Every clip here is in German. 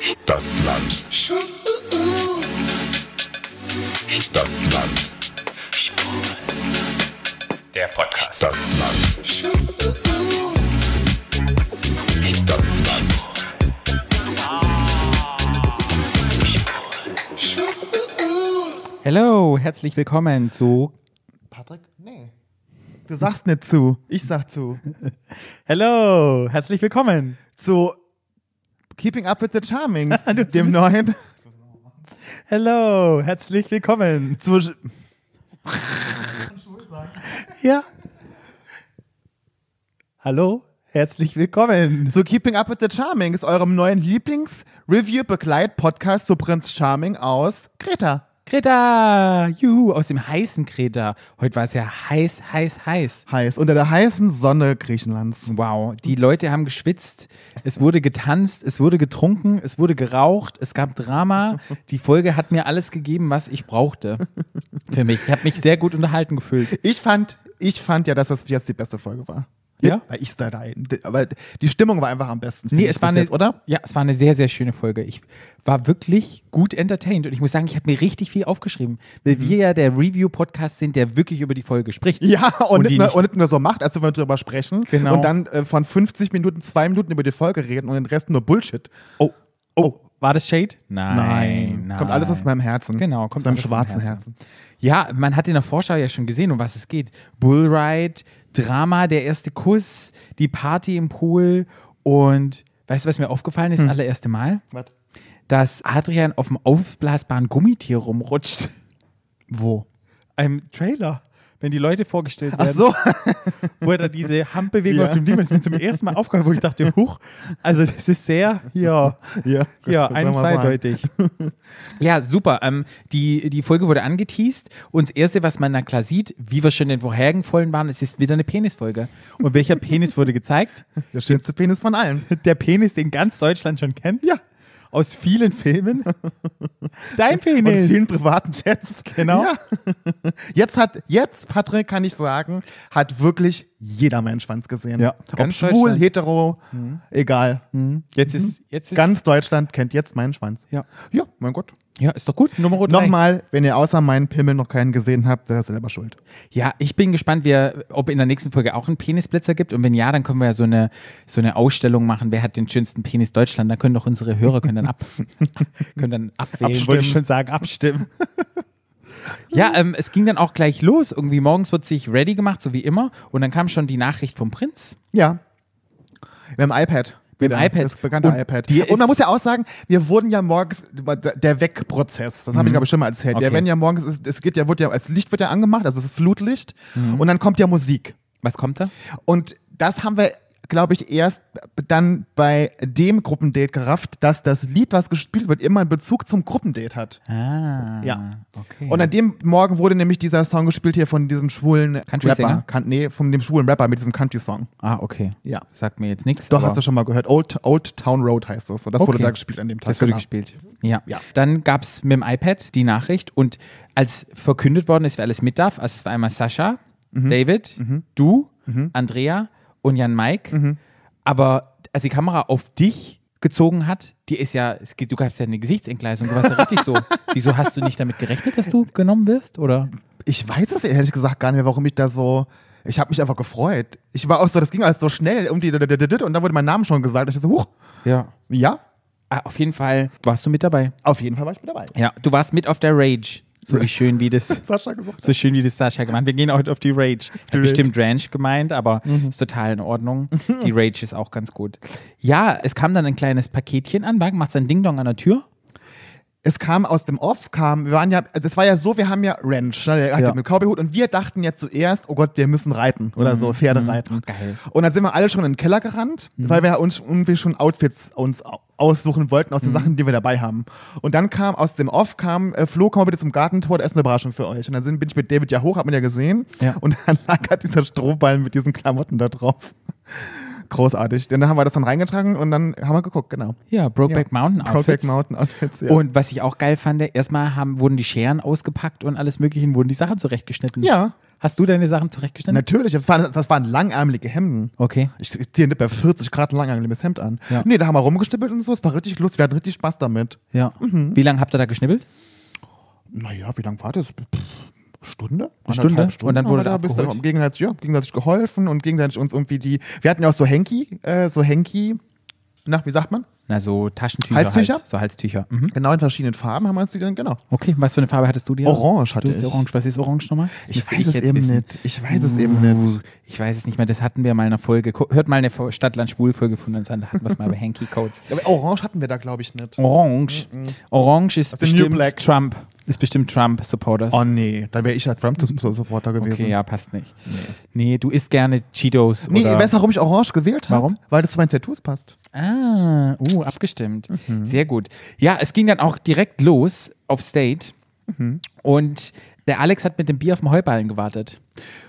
Stadtland. Stadtland. Der Podcast. Stadtland. Stadtland. Hello, herzlich willkommen zu. Patrick? Nee. Du sagst nicht zu. Ich sag zu. Hello, herzlich willkommen. Zu Keeping Up with the Charmings, Du dem bist- neuen. Hello, herzlich willkommen. Zu, Ja. Hallo, herzlich willkommen. zu Keeping Up with the Charmings, eurem neuen Lieblings-Review-Begleit-Podcast zu Prinz Charming aus Kreta. Kreta, juhu, aus dem heißen Kreta. Heute war es ja heiß, heiß, heiß. Heiß, unter der heißen Sonne Griechenlands. Wow, die Leute haben geschwitzt, es wurde getanzt, es wurde getrunken, es wurde geraucht, es gab Drama. Die Folge hat mir alles gegeben, was ich brauchte. Für mich. Ich habe mich sehr gut unterhalten gefühlt. Ich fand, ich fand ja, dass das jetzt die beste Folge war. Ja? Weil ich da da. Aber die Stimmung war einfach am besten. Nee, finde ich es war bis eine, jetzt, oder? Ja, es war eine sehr, sehr schöne Folge. Ich war wirklich gut entertained und ich muss sagen, ich habe mir richtig viel aufgeschrieben, weil Mhm. wir ja der Review-Podcast sind, der wirklich über die Folge spricht. Ja, und, die nicht, nur, nicht- und nicht nur so macht, als wenn wir drüber sprechen. Genau. Und dann äh, von 50 Minuten, zwei Minuten über die Folge reden und den Rest nur Bullshit. Oh, oh, war das Shade? Nein, Kommt alles aus meinem Herzen. Genau, kommt aus meinem alles aus dem schwarzen Herzen. Herzen. Ja, man hat in der Vorschau ja schon gesehen, um was es geht. Bullride, Drama, der erste Kuss, die Party im Pool und weißt du, was mir aufgefallen ist, Hm. allererste Mal? Dass Adrian auf dem aufblasbaren Gummitier rumrutscht. Wo? einem Trailer, wenn die Leute vorgestellt werden, Ach so, wo er da diese Handbewegung Ja. auf dem Demon ist mir zum ersten Mal aufgefallen, wo ich dachte, huch, also das ist sehr, ja, Ja, gut, ja, das ein, soll man zweideutig. ja, super. Ähm, die, die Folge wurde angeteased und das Erste, was man da klar sieht, wie wir schon in den vorherigen Folgen waren, es ist wieder eine Penisfolge. Und welcher Penis wurde gezeigt? der schönste Penis von allen. Der Penis, den ganz Deutschland schon kennt. Ja. Aus vielen Filmen. Dein Und Penis. vielen privaten Chats. Genau. Ja. Jetzt hat, jetzt, Patrick, kann ich sagen, hat wirklich jeder meinen Schwanz gesehen. Ja. Ob Ganz schwul, Deutschland. Mhm. hetero, egal. Jetzt ist, jetzt ist. Ganz Deutschland kennt jetzt meinen Schwanz. Ja. Ja, mein Gott. Ja, ist doch gut. Nummer drei. Nochmal, wenn ihr außer meinen Pimmel noch keinen gesehen habt, seid ihr selber schuld. Ja, ich bin gespannt, wer, ob in der nächsten Folge auch einen Penisblitzer gibt. Und wenn ja, dann können wir ja so eine, so eine Ausstellung machen, wer hat den schönsten Penis Deutschland. Da können doch unsere Hörer können dann, ab, können dann abwählen, Abstimmen. wollte ich schon sagen, abstimmen. ja, ähm, es ging dann auch gleich los. Irgendwie morgens wird sich ready gemacht, so wie immer. Und dann kam schon die Nachricht vom Prinz. Ja. Mit dem iPad. Mit dem iPad. Das bekannte Und iPad. dir Und man ist- muss ja auch sagen, wir wurden ja morgens, der Wegprozess, das habe ich glaube ich schon mal erzählt. Mhm. Okay. Ja, wenn ja morgens, ist, es geht ja, wird ja, als Licht wird ja angemacht, also es ist Flutlicht. Mhm. Und dann kommt ja Musik. Was kommt da? Und das haben wir, glaube ich, erst dann bei dem Gruppendate gerafft, dass das Lied, was gespielt wird, immer einen Bezug zum Gruppendate hat. Ah, Ja. okay. Und an dem Morgen wurde nämlich dieser Song gespielt hier von diesem schwulen Country-Sänger? Rapper. Kan nee, von dem schwulen Rapper mit diesem Country-Song. ah, okay. Ja. Sagt mir jetzt nichts. Doch, aber- hast du schon mal gehört. Old, Old Town Road heißt das. Und das wurde Okay. da gespielt an dem Tag. Das wurde genau. gespielt. Ja. Ja. Dann gab es mit dem iPad die Nachricht und als verkündet worden ist, wer alles mit darf, also es war einmal Sascha, David, du, Andrea und Jan Mike. Aber als die Kamera auf dich gezogen hat, die ist ja, es gibt, du gabst ja eine Gesichtsentgleisung, du warst ja richtig so. Wieso hast du nicht damit gerechnet, dass du genommen wirst? Oder? Ich weiß es ehrlich gesagt gar nicht mehr, warum ich da so. Ich habe mich einfach gefreut. Ich war auch so, das ging alles so schnell um die und dann wurde mein Name schon gesagt. Ich so, huch, Ja. ja, Ah, Auf jeden Fall warst du mit dabei. auf jeden Fall war ich mit dabei. Ja, du warst mit auf der Rage. So wie schön wie das. Sascha gesagt. So schön wie das Sascha gemeint. Wir gehen heute auf die Rage. Ich hab Rage. bestimmt Ranch gemeint, aber Mhm. ist total in Ordnung. Die Rage ist auch ganz gut. Ja, es kam dann ein kleines Paketchen an. Wagen macht sein Ding-Dong an der Tür. Es kam aus dem Off, kam, wir waren ja, also es war ja so, wir haben ja Ranch, ne, der hat Ja. ja. mit Cowboyhut und wir dachten ja zuerst, oh Gott, wir müssen reiten oder so, Pferde reiten. Mhm. Geil. Mhm. Und dann sind wir alle schon in den Keller gerannt, weil wir uns irgendwie schon Outfits uns au- aussuchen wollten aus den Mhm. Sachen, die wir dabei haben. Und dann kam aus dem Off, kam, äh, Flo, komm mal bitte zum Gartentor, da ist eine Überraschung für euch. Und dann sind, bin ich mit David ja hoch, hat man ja gesehen. Ja. Und dann lag halt dieser Strohballen mit diesen Klamotten da drauf. Großartig. Denn dann haben wir das dann reingetragen und dann haben wir geguckt, genau. Ja, Brokeback Mountain Outfits. Outfits. Mountain Outfits, ja. Und was ich auch geil fand, erstmal haben, wurden die Scheren ausgepackt und alles Mögliche, und wurden die Sachen zurechtgeschnitten. Ja. Hast du deine Sachen zurechtgeschnitten? Natürlich, das waren, das waren langärmelige Hemden. okay. Ich ich ziehe nicht bei 40 Grad ein langärmeliges Hemd an. Oh. Ja. Nee, da haben wir rumgestippelt und so. Es war richtig lustig. Wir hatten richtig Spaß damit. Ja. Mhm. Wie lange habt ihr da geschnibbelt? Naja, wie lange war das? Pff, Stunde? Stunde? Anderthalb Und dann haben wir wurde da er bis abgeholt? dann gegenseitig, ja, gegenseitig geholfen und gegenseitig uns irgendwie die. Wir hatten ja auch so Henki, äh, so Henki, na, wie sagt man? Na, so Taschentücher. Halstücher? Halt. So Halstücher. Mhm. Genau in verschiedenen Farben haben wir uns die dann, genau. Okay, was für eine Farbe hattest du dir? Orange hatte du hast ich. Orange. Was ist Orange nochmal? Das müsste eben nicht. Ich weiß es eben Uh, nicht. Ich weiß es nicht mehr, das hatten wir mal in einer Folge. Gu- Hört mal eine Fo- Stadtland-Schwul-Folge von uns an, da hatten wir es mal bei Hanky Codes. Aber Orange hatten wir da, glaube ich, nicht. Oh. Orange. Mm, Orange ist the new bestimmt black. Trump. Ist bestimmt Trump-Supporters. Oh nee, da wäre ich ja Trump-Supporter gewesen. okay, ja, passt nicht. Nee. du isst gerne Cheetos Nee, oder... weißt du, warum ich Orange gewählt habe? Warum? Weil das zu meinen Tattoos passt. Ah, uh, abgestimmt. Mhm. Sehr gut. Ja, es ging dann auch direkt los auf State. Mhm. Und der Alex hat mit dem Bier auf dem Heuballen gewartet.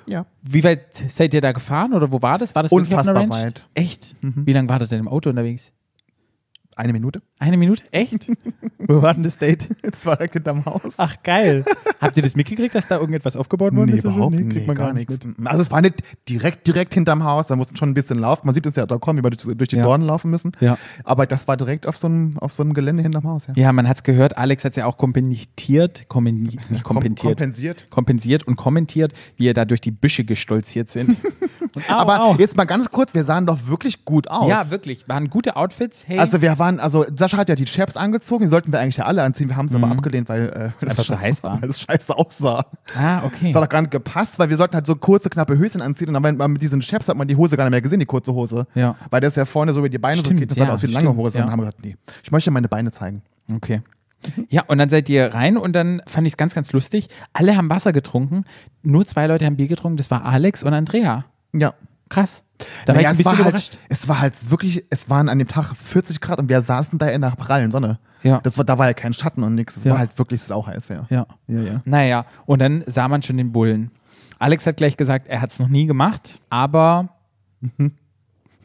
Ja. Wie weit seid ihr da gefahren oder wo war das? War das Unfassbar wirklich auf einer Ranch? weit. Mhm. Echt? Wie lange wartet ihr denn im Auto unterwegs? Eine Minute. Eine Minute? Echt? Wo war denn das Date? Jetzt war der Kind am Haus. Ach, geil. Habt ihr das mitgekriegt, dass da irgendetwas aufgebaut worden Ah, ist? oder so? kriegt man mit. Mm, Also es war nicht direkt, direkt hinterm Haus, da mussten schon ein bisschen laufen. Man sieht es ja da kommen, wie wir durch, durch die Ja. Dornen laufen müssen. Ja. Aber das war direkt auf so einem, auf so einem Gelände hinterm Haus, ja. Ja, man hat's gehört. Alex hat's ja auch kompentiert, kommen- nicht Kom- kompentiert, kompensiert. kompensiert und kommentiert, wie ihr da durch die Büsche gestolziert sind. Und, au, Aber au. jetzt mal ganz kurz, wir sahen doch wirklich gut aus. ja, wirklich. Waren gute Outfits. Hey, Also wir waren, also Sascha hat ja die Chaps angezogen, die sollten wir eigentlich ja alle anziehen, wir haben Mhm. sie aber abgelehnt, weil äh, das einfach halt so heiß scheiße- war. Weil es scheiße aussah. ah, okay. Das hat doch gar nicht gepasst, weil wir sollten halt so kurze, knappe Höschen anziehen und dann hat man mit diesen Chaps hat man die Hose gar nicht mehr gesehen, die kurze Hose. Ja. Weil das ja vorne so über die Beine so Stimmt, geht, das ja, sah aus wie eine stimmt, lange Hose. Und ja. dann haben wir gesagt, nee, ich möchte meine Beine zeigen. Okay. Ja, und dann seid ihr rein und dann fand ich es ganz, ganz lustig. Alle haben Wasser getrunken. Nur zwei Leute haben Bier getrunken. Das war Alex und Andrea. Ja. Krass. Da Naja, war ich ein es, bisschen war überrascht. halt, es war halt wirklich, es waren an dem Tag 40 Grad und wir saßen da in der prallen Sonne. Ja. Das war, da war ja kein Schatten und nichts. Es Ja. war halt wirklich sauheiß, ja. Ja. Ja, ja. Naja, und dann sah man schon den Bullen. Alex hat gleich gesagt, er hat es noch nie gemacht, aber Mhm.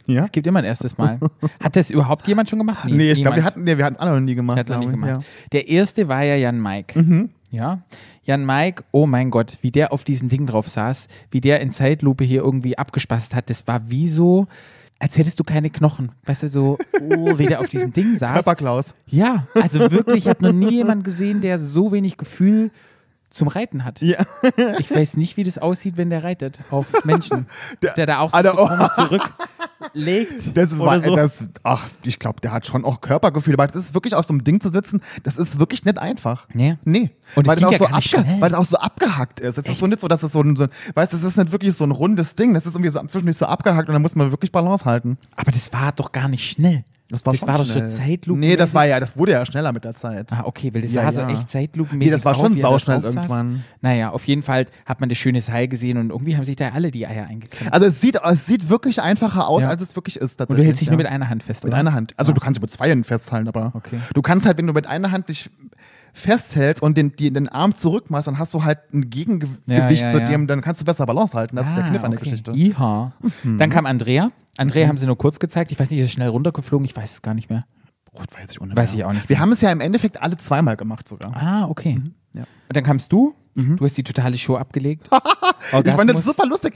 Ja? es gibt immer ein erstes Mal. Hat das überhaupt jemand schon gemacht? Nee, ich niemand. glaube, wir hatten, nee, wir hatten alle noch nie gemacht. Hat er nie glaub ich, Mhm. gemacht. Der erste war ja Jan Mike. Ja. Jan Mike, oh mein Gott, wie der auf diesem Ding drauf saß, wie der in Zeitlupe hier irgendwie abgespasst hat, das war wie so, als hättest du keine Knochen. Weißt du, so, oh, wie der auf diesem Ding Ja. saß. Körperklaus. Ja, also wirklich, ich habe noch nie jemanden gesehen, der so wenig Gefühl zum Reiten hat. Ja. Ich weiß nicht, wie das aussieht, wenn der reitet auf Menschen. Der, da auch so Alter, oh. komisch zurücklegt. Das oder war, so. das, ach, ich glaube, der hat schon auch Körpergefühl, aber das ist wirklich auf so einem Ding zu sitzen, das ist wirklich nicht einfach. Nee. Nee. Und es weil, geht auch ja so gar nicht abge- schnell. weil das auch so abgehackt ist. Es ist so nicht so, dass es so ein, so ein, weißt, das ist nicht wirklich so ein rundes Ding, das ist irgendwie so zwischendurch so abgehackt und da muss man wirklich Balance halten. Aber das war doch gar nicht schnell. das schon war doch schnell. schon Zeitlupen. Nee, das war ja, das wurde ja schneller mit der Zeit. Ah, okay, weil das Ja, war so ja. echt zeitlupenmäßig. Nee, das war drauf, schon wie er da sauschnell drauf saß. irgendwann. Naja, auf jeden Fall hat man das schöne Seil gesehen und irgendwie haben sich da alle die Eier eingeklemmt. Also es sieht, es sieht wirklich einfacher aus, Ja. als es wirklich ist. und du hältst dich ja. nur mit einer Hand fest, Mit oder? einer Hand. Also du kannst dich mit zwei Händen festhalten, aber Okay. du kannst halt, wenn du mit einer Hand dich festhältst und den, die, den Arm zurückmachst, dann hast du halt ein Gegengewicht Ja, ja, zu ja. dem, dann kannst du besser Balance halten. Das ist der Ah, Kniff an der okay. Geschichte. Mhm. Iha. Dann kam Andrea. Andrea haben sie nur kurz gezeigt. Ich weiß nicht, ist schnell runtergeflogen. Ich weiß es gar nicht mehr. Gut, weiß ich, auch nicht Weiß mehr. ich auch nicht Wir haben es ja im Endeffekt alle zweimal gemacht sogar. Ah, okay. Mhm, Ja. Mhm. Und dann kamst du. Du hast die totale Show abgelegt. ich fand das Orgasmus. super lustig.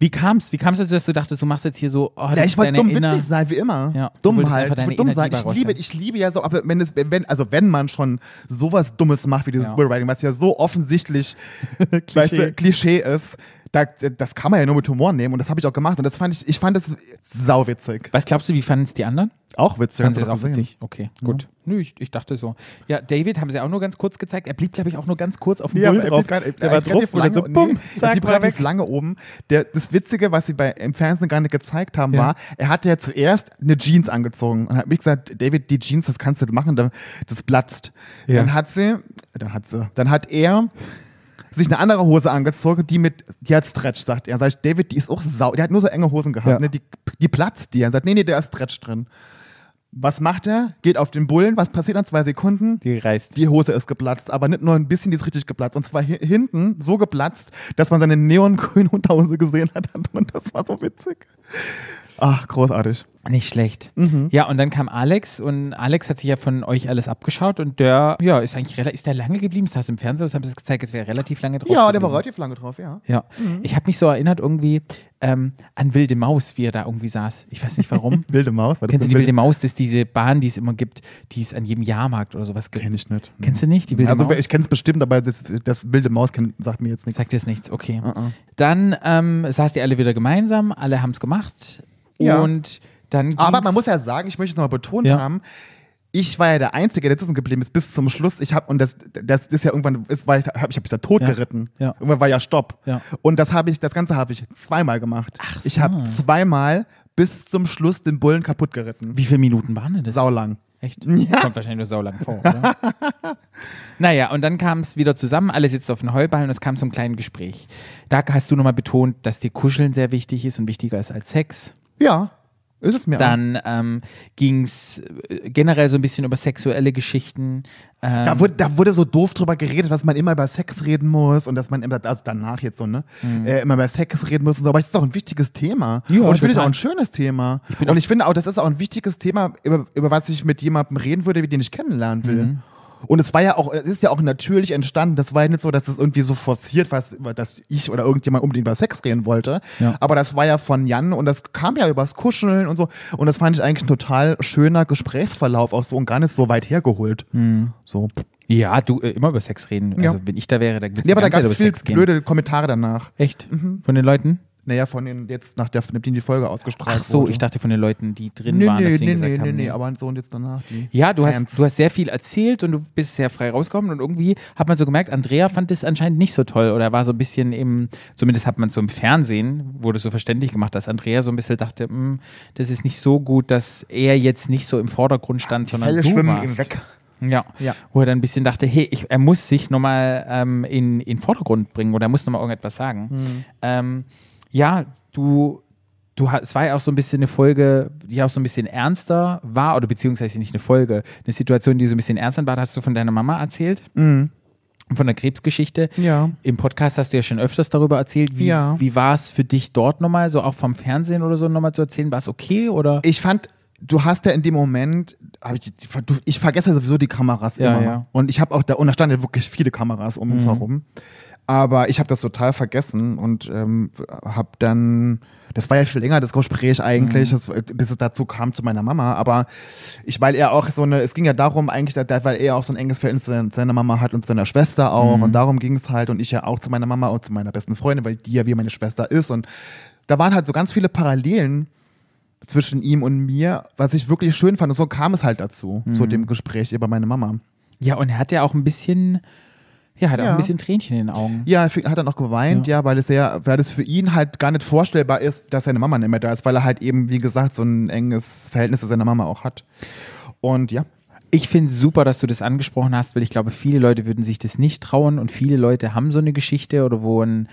Wie kam's? Wie kam's dazu, dass du dachtest, du machst jetzt hier so, oh, das Ja, ist ich wollte deine dumm inner- witzig sein, wie immer. Ja, du dumm wolltest halt. einfach Ich deine wollte dumm inner sein. Diva Ich liebe, rauslassen. ich liebe ja so, aber wenn es, wenn, also wenn man schon sowas Dummes macht wie dieses Ja. Bullriding, was ja so offensichtlich Klischee, weißt du, Klischee ist, da, das kann man ja nur mit Humor nehmen und das habe ich auch gemacht und das fand ich, ich fand das sauwitzig. Was glaubst du, wie fanden es die anderen? Auch witzig. Fandest du hast das du auch gesehen. witzig? Okay, gut. Nö, ich, ich dachte so. Ja, David haben sie auch nur ganz kurz gezeigt. Er blieb, glaube ich, auch nur ganz kurz auf dem Ja, Bull aber er drauf. blieb grad- er- der er war blieb drauf relativ und dann so, lange- bumm, nee, Er zack, blieb war er relativ weg. lange oben. Der, das Witzige, was sie bei, im Fernsehen gar nicht gezeigt haben, Ja. war, er hatte ja zuerst eine Jeans angezogen und hat mir gesagt, David, die Jeans, das kannst du nicht machen, da- das platzt. Ja. Dann hat sie, dann hat sie, dann hat er sich eine andere Hose angezogen, die mit, die hat Stretch, sagt er. Sag ich, David, die ist auch sau, der hat nur so enge Hosen gehabt, Ja. ne? die, die platzt dir. Er sagt, nee, nee, der ist Stretch drin. Was macht er? Geht auf den Bullen, was passiert nach zwei Sekunden? Die reißt. Die Hose ist geplatzt, aber nicht nur ein bisschen, die ist richtig geplatzt. Und zwar hi- hinten so geplatzt, dass man seine neongrüne Unterhose gesehen hat. Und das war so witzig. Ach, großartig. Nicht schlecht. Mhm. Ja, und dann kam Alex und Alex hat sich ja von euch alles abgeschaut und der, ja, ist eigentlich relativ, ist der lange geblieben? Das hast du im Fernsehen, das haben sie es gezeigt, es wäre relativ lange drauf. Ja, der war geblieben. relativ Mhm. lange drauf, ja. Ja, ich habe mich so erinnert irgendwie ähm, an Wilde Maus, wie er da irgendwie saß. Ich weiß nicht warum. Wilde Maus, war Kennst du eine die Wilde Maus? Das ist diese Bahn, die es immer gibt, die es an jedem Jahrmarkt oder sowas gibt. Kenn ich nicht. Kennst du nicht die Wilde also, Maus? ich kenne es bestimmt, aber das, das wilde Maus kenn, sagt mir jetzt nichts. Sagt dir das nichts, okay. Dann ähm, saßt ihr alle wieder gemeinsam, alle haben es gemacht Ja. und dann Aber ging's- man muss ja sagen, ich möchte es nochmal betont Ja. haben, ich war ja der Einzige, der sitzen geblieben ist bis zum Schluss. Ich habe und das, das ist ja irgendwann, ist, war ich, hab, ich habe mich da tot Ja. geritten. Ja. Irgendwann war ja Stopp. Ja. Und das habe ich, das Ganze habe ich zweimal gemacht. Ach Ich habe zweimal bis zum Schluss den Bullen kaputt geritten. Wie viele Minuten waren denn das? Saulang. Echt? Kommt wahrscheinlich nur saulang vor, oder? naja, und dann kam es wieder zusammen, alle sitzen auf den Heuballen und es kam zum kleinen Gespräch. Da hast du nochmal betont, dass dir Kuscheln sehr wichtig ist und wichtiger ist als Sex. Ja, ist es mir. auch. Dann ähm, ging es generell so ein bisschen über sexuelle Geschichten. Ähm, Da wurde, da wurde so doof drüber geredet, dass man immer über Sex reden muss und dass man immer, also danach jetzt so, ne? Mhm. Äh, immer über Sex reden muss und so. Aber es ist auch ein wichtiges Thema. Ja, und ich finde es total. auch ein schönes Thema. und ich finde auch, das ist auch ein wichtiges Thema, über, über was ich mit jemandem reden würde, den ich kennenlernen will. Mhm. Und es war ja auch, es ist ja auch natürlich entstanden. Das war ja nicht so, dass es irgendwie so forciert war, über- dass ich oder irgendjemand unbedingt über Sex reden wollte. Ja. Aber das war ja von Jan und das kam ja übers Kuscheln und so. Und das fand ich eigentlich ein total schöner Gesprächsverlauf auch so und gar nicht so weit hergeholt. Mhm. So. ja, du äh, immer über Sex reden. Ja. Also wenn ich da wäre, da würde Ja, aber da gab über es viele Sex gehen. blöde Mhm. Kommentare danach. Echt? Von den Leuten? Naja, von den jetzt nach der, nachdem die Folge ausgestrahlt Ach so, wurde. ich dachte von den Leuten, die drin nee, waren, nee, dass sie nee, gesagt nee, haben. nee, nee, nee. aber so und jetzt danach die. Ja, du hast, Fans. du hast sehr viel erzählt und du bist sehr frei rausgekommen und irgendwie hat man so gemerkt, Andrea fand das anscheinend nicht so toll oder war so ein bisschen im, zumindest hat man so im Fernsehen, wurde so verständlich gemacht, dass Andrea so ein bisschen dachte, "Hm, das ist nicht so gut, dass er jetzt nicht so im Vordergrund stand, sondern Fälle du schwimmen warst. ihm weg. Ja. Ja. wo er dann ein bisschen dachte, hey, ich, er muss sich nochmal ähm, in, in den Vordergrund bringen oder er muss nochmal irgendetwas sagen. Hm. Ähm, ja, du, du, ha- es war ja auch so ein bisschen eine Folge, die auch so ein bisschen ernster war oder beziehungsweise nicht eine Folge, eine Situation, die so ein bisschen ernster war, da hast du von deiner Mama erzählt. und Von der Krebsgeschichte. Mhm. Ja. Im Podcast hast du ja schon öfters darüber erzählt. Wie, Ja. wie war es für dich dort nochmal, so auch vom Fernsehen oder so nochmal zu erzählen? War es okay oder? Ich fand, du hast ja in dem Moment, hab ich, die- du, ich vergesse sowieso die Kameras Ja, immer. ja. Mhm. Und ich habe auch da, und da standen ja wirklich viele Kameras um uns herum. Aber ich habe das total vergessen und ähm, habe dann, das war ja viel länger, das Gespräch Mhm. eigentlich, das, äh, bis es dazu kam zu meiner Mama. Aber ich, weil er auch so eine, es ging ja darum eigentlich, da- da- weil er auch so ein enges Verhältnis zu seiner Mama hat und zu seiner Schwester auch. Mhm. Und darum ging es halt und ich ja auch zu meiner Mama und zu meiner besten Freundin, weil die ja wie meine Schwester ist. Und da waren halt so ganz viele Parallelen zwischen ihm und mir, was ich wirklich schön fand. Und so kam es halt dazu, zu Mhm. dem Gespräch über meine Mama. Ja, und er hat ja auch ein bisschen, ja, hat auch Ja. ein bisschen Tränchen in den Augen. Ja, er fing- hat dann auch geweint, ja, weil es sehr, weil es für ihn halt gar nicht vorstellbar ist, dass seine Mama nicht mehr da ist, weil er halt eben, wie gesagt, so ein enges Verhältnis zu seiner Mama auch hat. Und ja, Ich finde es super, dass du das angesprochen hast, weil ich glaube, viele Leute würden sich das nicht trauen und viele Leute haben so eine Geschichte oder wo ein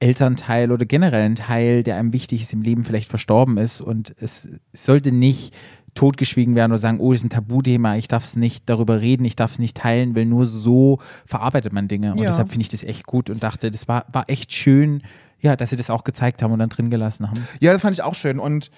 Elternteil oder generell ein Teil, der einem wichtig ist im Leben, vielleicht verstorben ist und es sollte nicht totgeschwiegen werden oder sagen, oh, ist ein Tabuthema, ich darf es nicht darüber reden, ich darf es nicht teilen, weil nur so verarbeitet man Dinge. Und Ja. deshalb finde ich das echt gut und dachte, das war, war echt schön, ja, dass sie das auch gezeigt haben und dann drin gelassen haben. ja, das fand ich auch schön. Und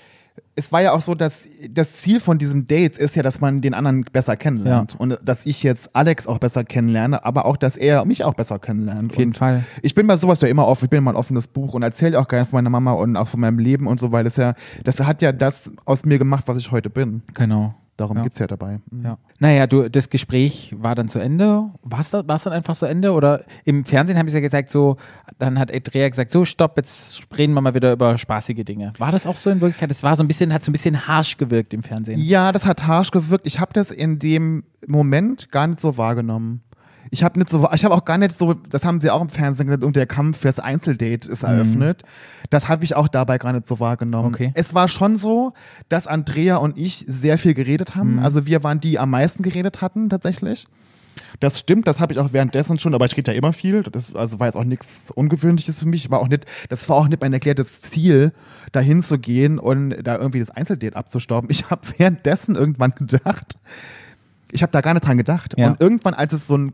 es war ja auch so, dass das Ziel von diesem Date ist ja, dass man den anderen besser kennenlernt. Ja. Und dass ich jetzt Alex auch besser kennenlerne, aber auch, dass er mich auch besser kennenlernt. Auf jeden und Fall. Ich bin bei sowas ja immer offen. Ich bin immer ein offenes Buch und erzähle auch gerne von meiner Mama und auch von meinem Leben und so, weil das ja, das hat ja das aus mir gemacht, was ich heute bin. Genau. Darum Ja. geht's ja dabei. Ja. Naja, du, das Gespräch war dann zu Ende. War es da, war's dann einfach zu Ende? Oder im Fernsehen haben sie ja gesagt, so, dann hat Andrea gesagt, so, stopp, jetzt reden wir mal wieder über spaßige Dinge. War das auch so in Wirklichkeit? Das war so ein bisschen, hat so ein bisschen harsch gewirkt im Fernsehen. Ja, das hat harsch gewirkt. Ich habe das in dem Moment gar nicht so wahrgenommen. Ich habe nicht so, ich habe auch gar nicht so, das haben sie auch im Fernsehen gesagt, und der Kampf fürs Einzeldate ist eröffnet. Das habe ich auch dabei gar nicht so wahrgenommen. Okay. Es war schon so, dass Andrea und ich sehr viel geredet haben. Also wir waren die, die am meisten geredet hatten tatsächlich. Das stimmt, das habe ich auch währenddessen schon, aber ich rede ja immer viel. Das also war jetzt auch nichts Ungewöhnliches für mich. War auch nicht, das war auch nicht mein erklärtes Ziel, dahin zu gehen und da irgendwie das Einzeldate abzustauben. Ich habe währenddessen irgendwann gedacht, ich habe da gar nicht dran gedacht. Ja. Und irgendwann, als es so ein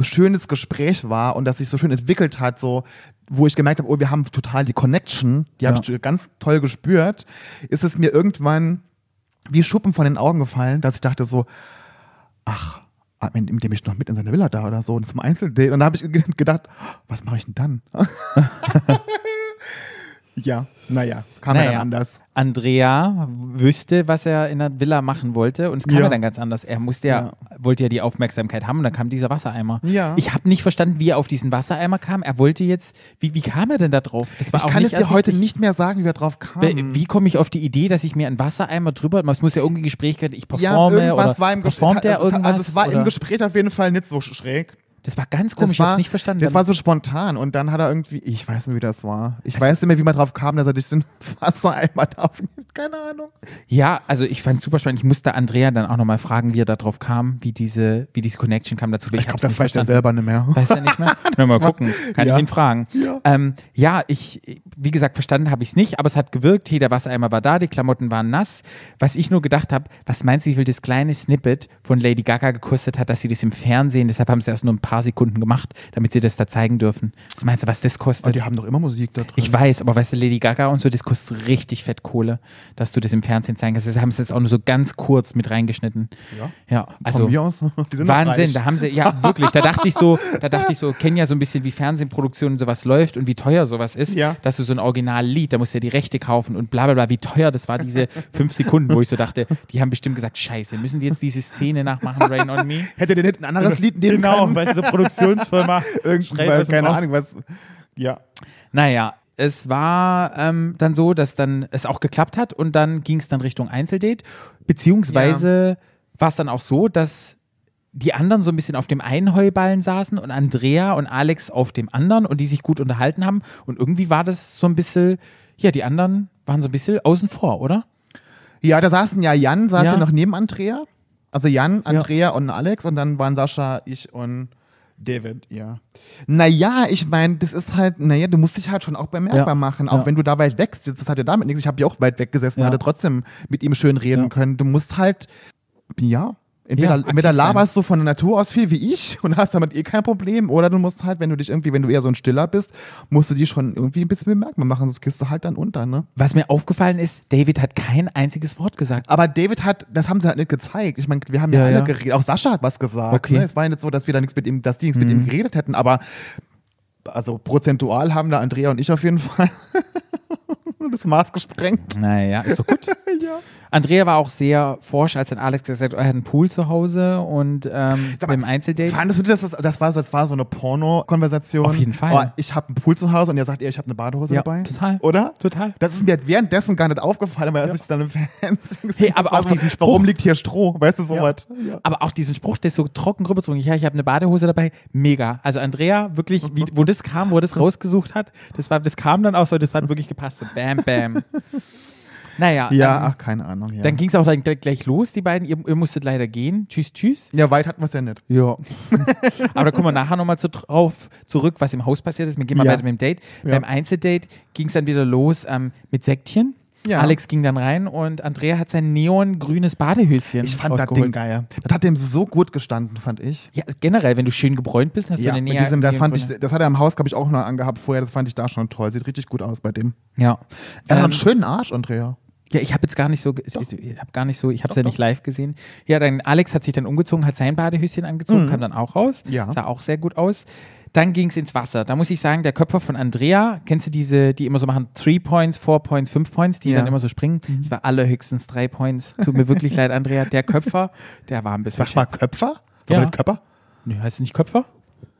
schönes Gespräch war und das sich so schön entwickelt hat, so wo ich gemerkt habe, oh, wir haben total die Connection, die habe Ja. ich ganz toll gespürt, ist es mir irgendwann wie Schuppen von den Augen gefallen, dass ich dachte so, ach, ah, mit mit dem ich noch mit in seine Villa da oder so und zum Einzeldate. Und da habe ich ge- gedacht, was mache ich denn dann? ja, naja, kam ja dann anders. Andrea wüsste, was er in der Villa machen wollte und es kam ja, Ja. dann ganz anders. Er musste ja, wollte ja die Aufmerksamkeit haben und dann kam dieser Wassereimer. Ja. Ich habe nicht verstanden, wie er auf diesen Wassereimer kam. Er wollte jetzt, wie, wie kam er denn da drauf? Das war Ich kann es dir heute ersichtlich. nicht mehr sagen, wie wir drauf kamen. Wie- Wie komme ich auf die Idee, dass ich mir einen Wassereimer drüber, es muss ja irgendwie Gespräch gehört, ich ja, performe irgendwas oder war im Gespräch. performt er also, es- irgendwas? also es war oder? im Gespräch auf jeden Fall nicht so schräg. Das war ganz Das komisch, ich war- habe es nicht verstanden. Das war so spontan und dann hat er irgendwie, ich weiß nicht, wie das war. Ich weiß nicht mehr, wie man drauf kam, dass er durch den Wassereimer da Keine Ahnung. Ja, also ich fand es super spannend. Ich musste Andrea dann auch nochmal fragen, wie er darauf kam, wie diese, wie diese Connection kam dazu. Ich, Ich glaube, hab's das nicht weiß er verstanden. selber nicht mehr. Weiß er nicht mehr? Na, mal gucken. Kann Ja. ich ihn fragen. Ja, Ja. ähm, ja ich, wie gesagt, verstanden habe ich es nicht, aber es hat gewirkt. Hey, der Wassereimer war da, die Klamotten waren nass. Was ich nur gedacht habe, was meinst du, wie viel das kleine Snippet von Lady Gaga gekostet hat, dass sie das im Fernsehen, deshalb haben sie erst nur ein paar Sekunden gemacht, damit sie das da zeigen dürfen. Was meinst du, was das Und kostet? die haben doch immer Musik da drin. Ich weiß, aber weißt du, Lady Gaga und so, das kostet richtig fett Kohle, dass du das im Fernsehen zeigen kannst. Deshalb haben sie das auch nur so ganz kurz mit reingeschnitten. Ja. Ja, also. Von mir aus. Die sind noch Wahnsinn, reich. da haben sie, ja wirklich, da dachte ich so, da dachte ich so, kenn ja so ein bisschen, wie Fernsehproduktion und sowas läuft und wie teuer sowas ist, Ja. dass du so ein Originallied, da musst du ja die Rechte kaufen und bla bla bla, wie teuer das war, diese fünf Sekunden, wo ich so dachte, die haben bestimmt gesagt, scheiße, müssen die jetzt diese Szene nachmachen, Rain on Me? Hätte der nicht ein Genau. anderes Lied nehmen können? weil so Produktionsfirma Irgendwie, weil, keine Ahnung, was. Ja. Naja, es war ähm, dann so, dass dann es auch geklappt hat und dann ging es dann Richtung Einzeldate. Beziehungsweise war es dann auch so, dass die anderen so ein bisschen auf dem einen Heuballen saßen und Andrea und Alex auf dem anderen und die sich gut unterhalten haben. Und irgendwie war das so ein bisschen, ja, die anderen waren so ein bisschen außen vor, oder? Ja, da saßen ja Jan, saß Ja. ja, noch neben Andrea. Also Jan, Andrea und Alex und dann waren Sascha, ich und David, ja. Naja, ich meine, das ist halt, naja, du musst dich halt schon auch bemerkbar Ja. machen, auch Ja. wenn du da weit weg sitzt. Das hatte damit nichts. Ich habe ja auch weit weg gesessen, Ja. hatte trotzdem mit ihm schön reden Ja. können. Du musst halt, ja. Entweder, Ja, aktiv entweder sein. laberst du von der Natur aus viel wie ich und hast damit eh kein Problem, oder du musst halt, wenn du dich irgendwie, wenn du eher so ein Stiller bist, musst du die schon irgendwie ein bisschen bemerkbar machen, sonst gehst du halt dann unter, ne? Was mir aufgefallen ist, David hat kein einziges Wort gesagt. Aber David hat, das haben sie halt nicht gezeigt. Ich meine, wir haben ja, Ja, alle ja. geredet. Auch Sascha hat was gesagt. Okay. Mhm. Ne? Es war ja nicht so, dass wir da nichts mit ihm, dass die nichts mit ihm geredet hätten, aber also prozentual haben da Andrea und ich auf jeden Fall das Maß gesprengt. Naja, ist doch gut. Ja. Andrea war auch sehr forsch, als dann Alex gesagt hat, er hat einen Pool zu Hause und ähm, Sag mal, beim Einzeldate. Fandest du das, das war so, das war so eine Porno-Konversation? Auf jeden Fall. Oh, ich habe einen Pool zu Hause und er sagt, ihr, ich habe eine Badehose Ja, dabei. total. Oder? Total. Das ist mir währenddessen gar nicht aufgefallen, weil als ich dann im Fernsehen gesehen aber habe, auch so, diesen Spruch. Warum liegt hier Stroh? Weißt du so was? Aber auch diesen Spruch, der ist so trocken rübergezogen. Ja, ich habe eine Badehose dabei. Mega. Also Andrea, wirklich, wie, wo das kam, wo das rausgesucht hat, das, war, das kam dann auch so, das hat wirklich gepasst. So bam, bam. Naja, Ja, ähm, ach, keine Ahnung. Ja, dann ging es auch dann gleich, gleich los, die beiden. Ihr, ihr musstet leider gehen. Tschüss, tschüss. ja weit hatten wir es ja nicht. Ja. Aber da kommen wir nachher nochmal zu, drauf zurück, was im Haus passiert ist. Wir gehen mal Ja. weiter mit dem Date. Ja. Beim Einzeldate ging es dann wieder los ähm, mit Säckchen. Ja. Alex ging dann rein und Andrea hat sein neongrünes Badehöschen Ich fand das ausgeholt. Ding geil. Das hat dem so gut gestanden, fand ich. Ja, generell, wenn du schön gebräunt bist, hast Ja, du eine mit Nähe. diesem, das, fand ich, Neongrüne. das hat er im Haus, glaube ich, auch noch angehabt vorher. Das fand ich da schon toll. Sieht richtig gut aus bei dem. Ja. Er hat Ähm, einen schönen Arsch, Andrea. ja, ich habe jetzt gar nicht so, ge- ich, ich habe gar nicht so, ich habe es ja nicht live gesehen. Ja, dann Alex hat sich dann umgezogen, hat sein Badehöschen angezogen, kam dann auch raus, Mhm. Ja. sah auch sehr gut aus. Dann ging es ins Wasser. Da muss ich sagen, der Köpfer von Andrea, kennst du diese, die immer so machen, Three Points, Four Points, Fünf Points, die Ja. Mhm. dann immer so springen? Es war allerhöchstens drei Points. Tut mir wirklich leid, Andrea. Der Köpfer, der war ein bisschen. Sag mal Köpfer? Sag Ja. mal den Köpper? Nö, heißt es nicht Köpfer?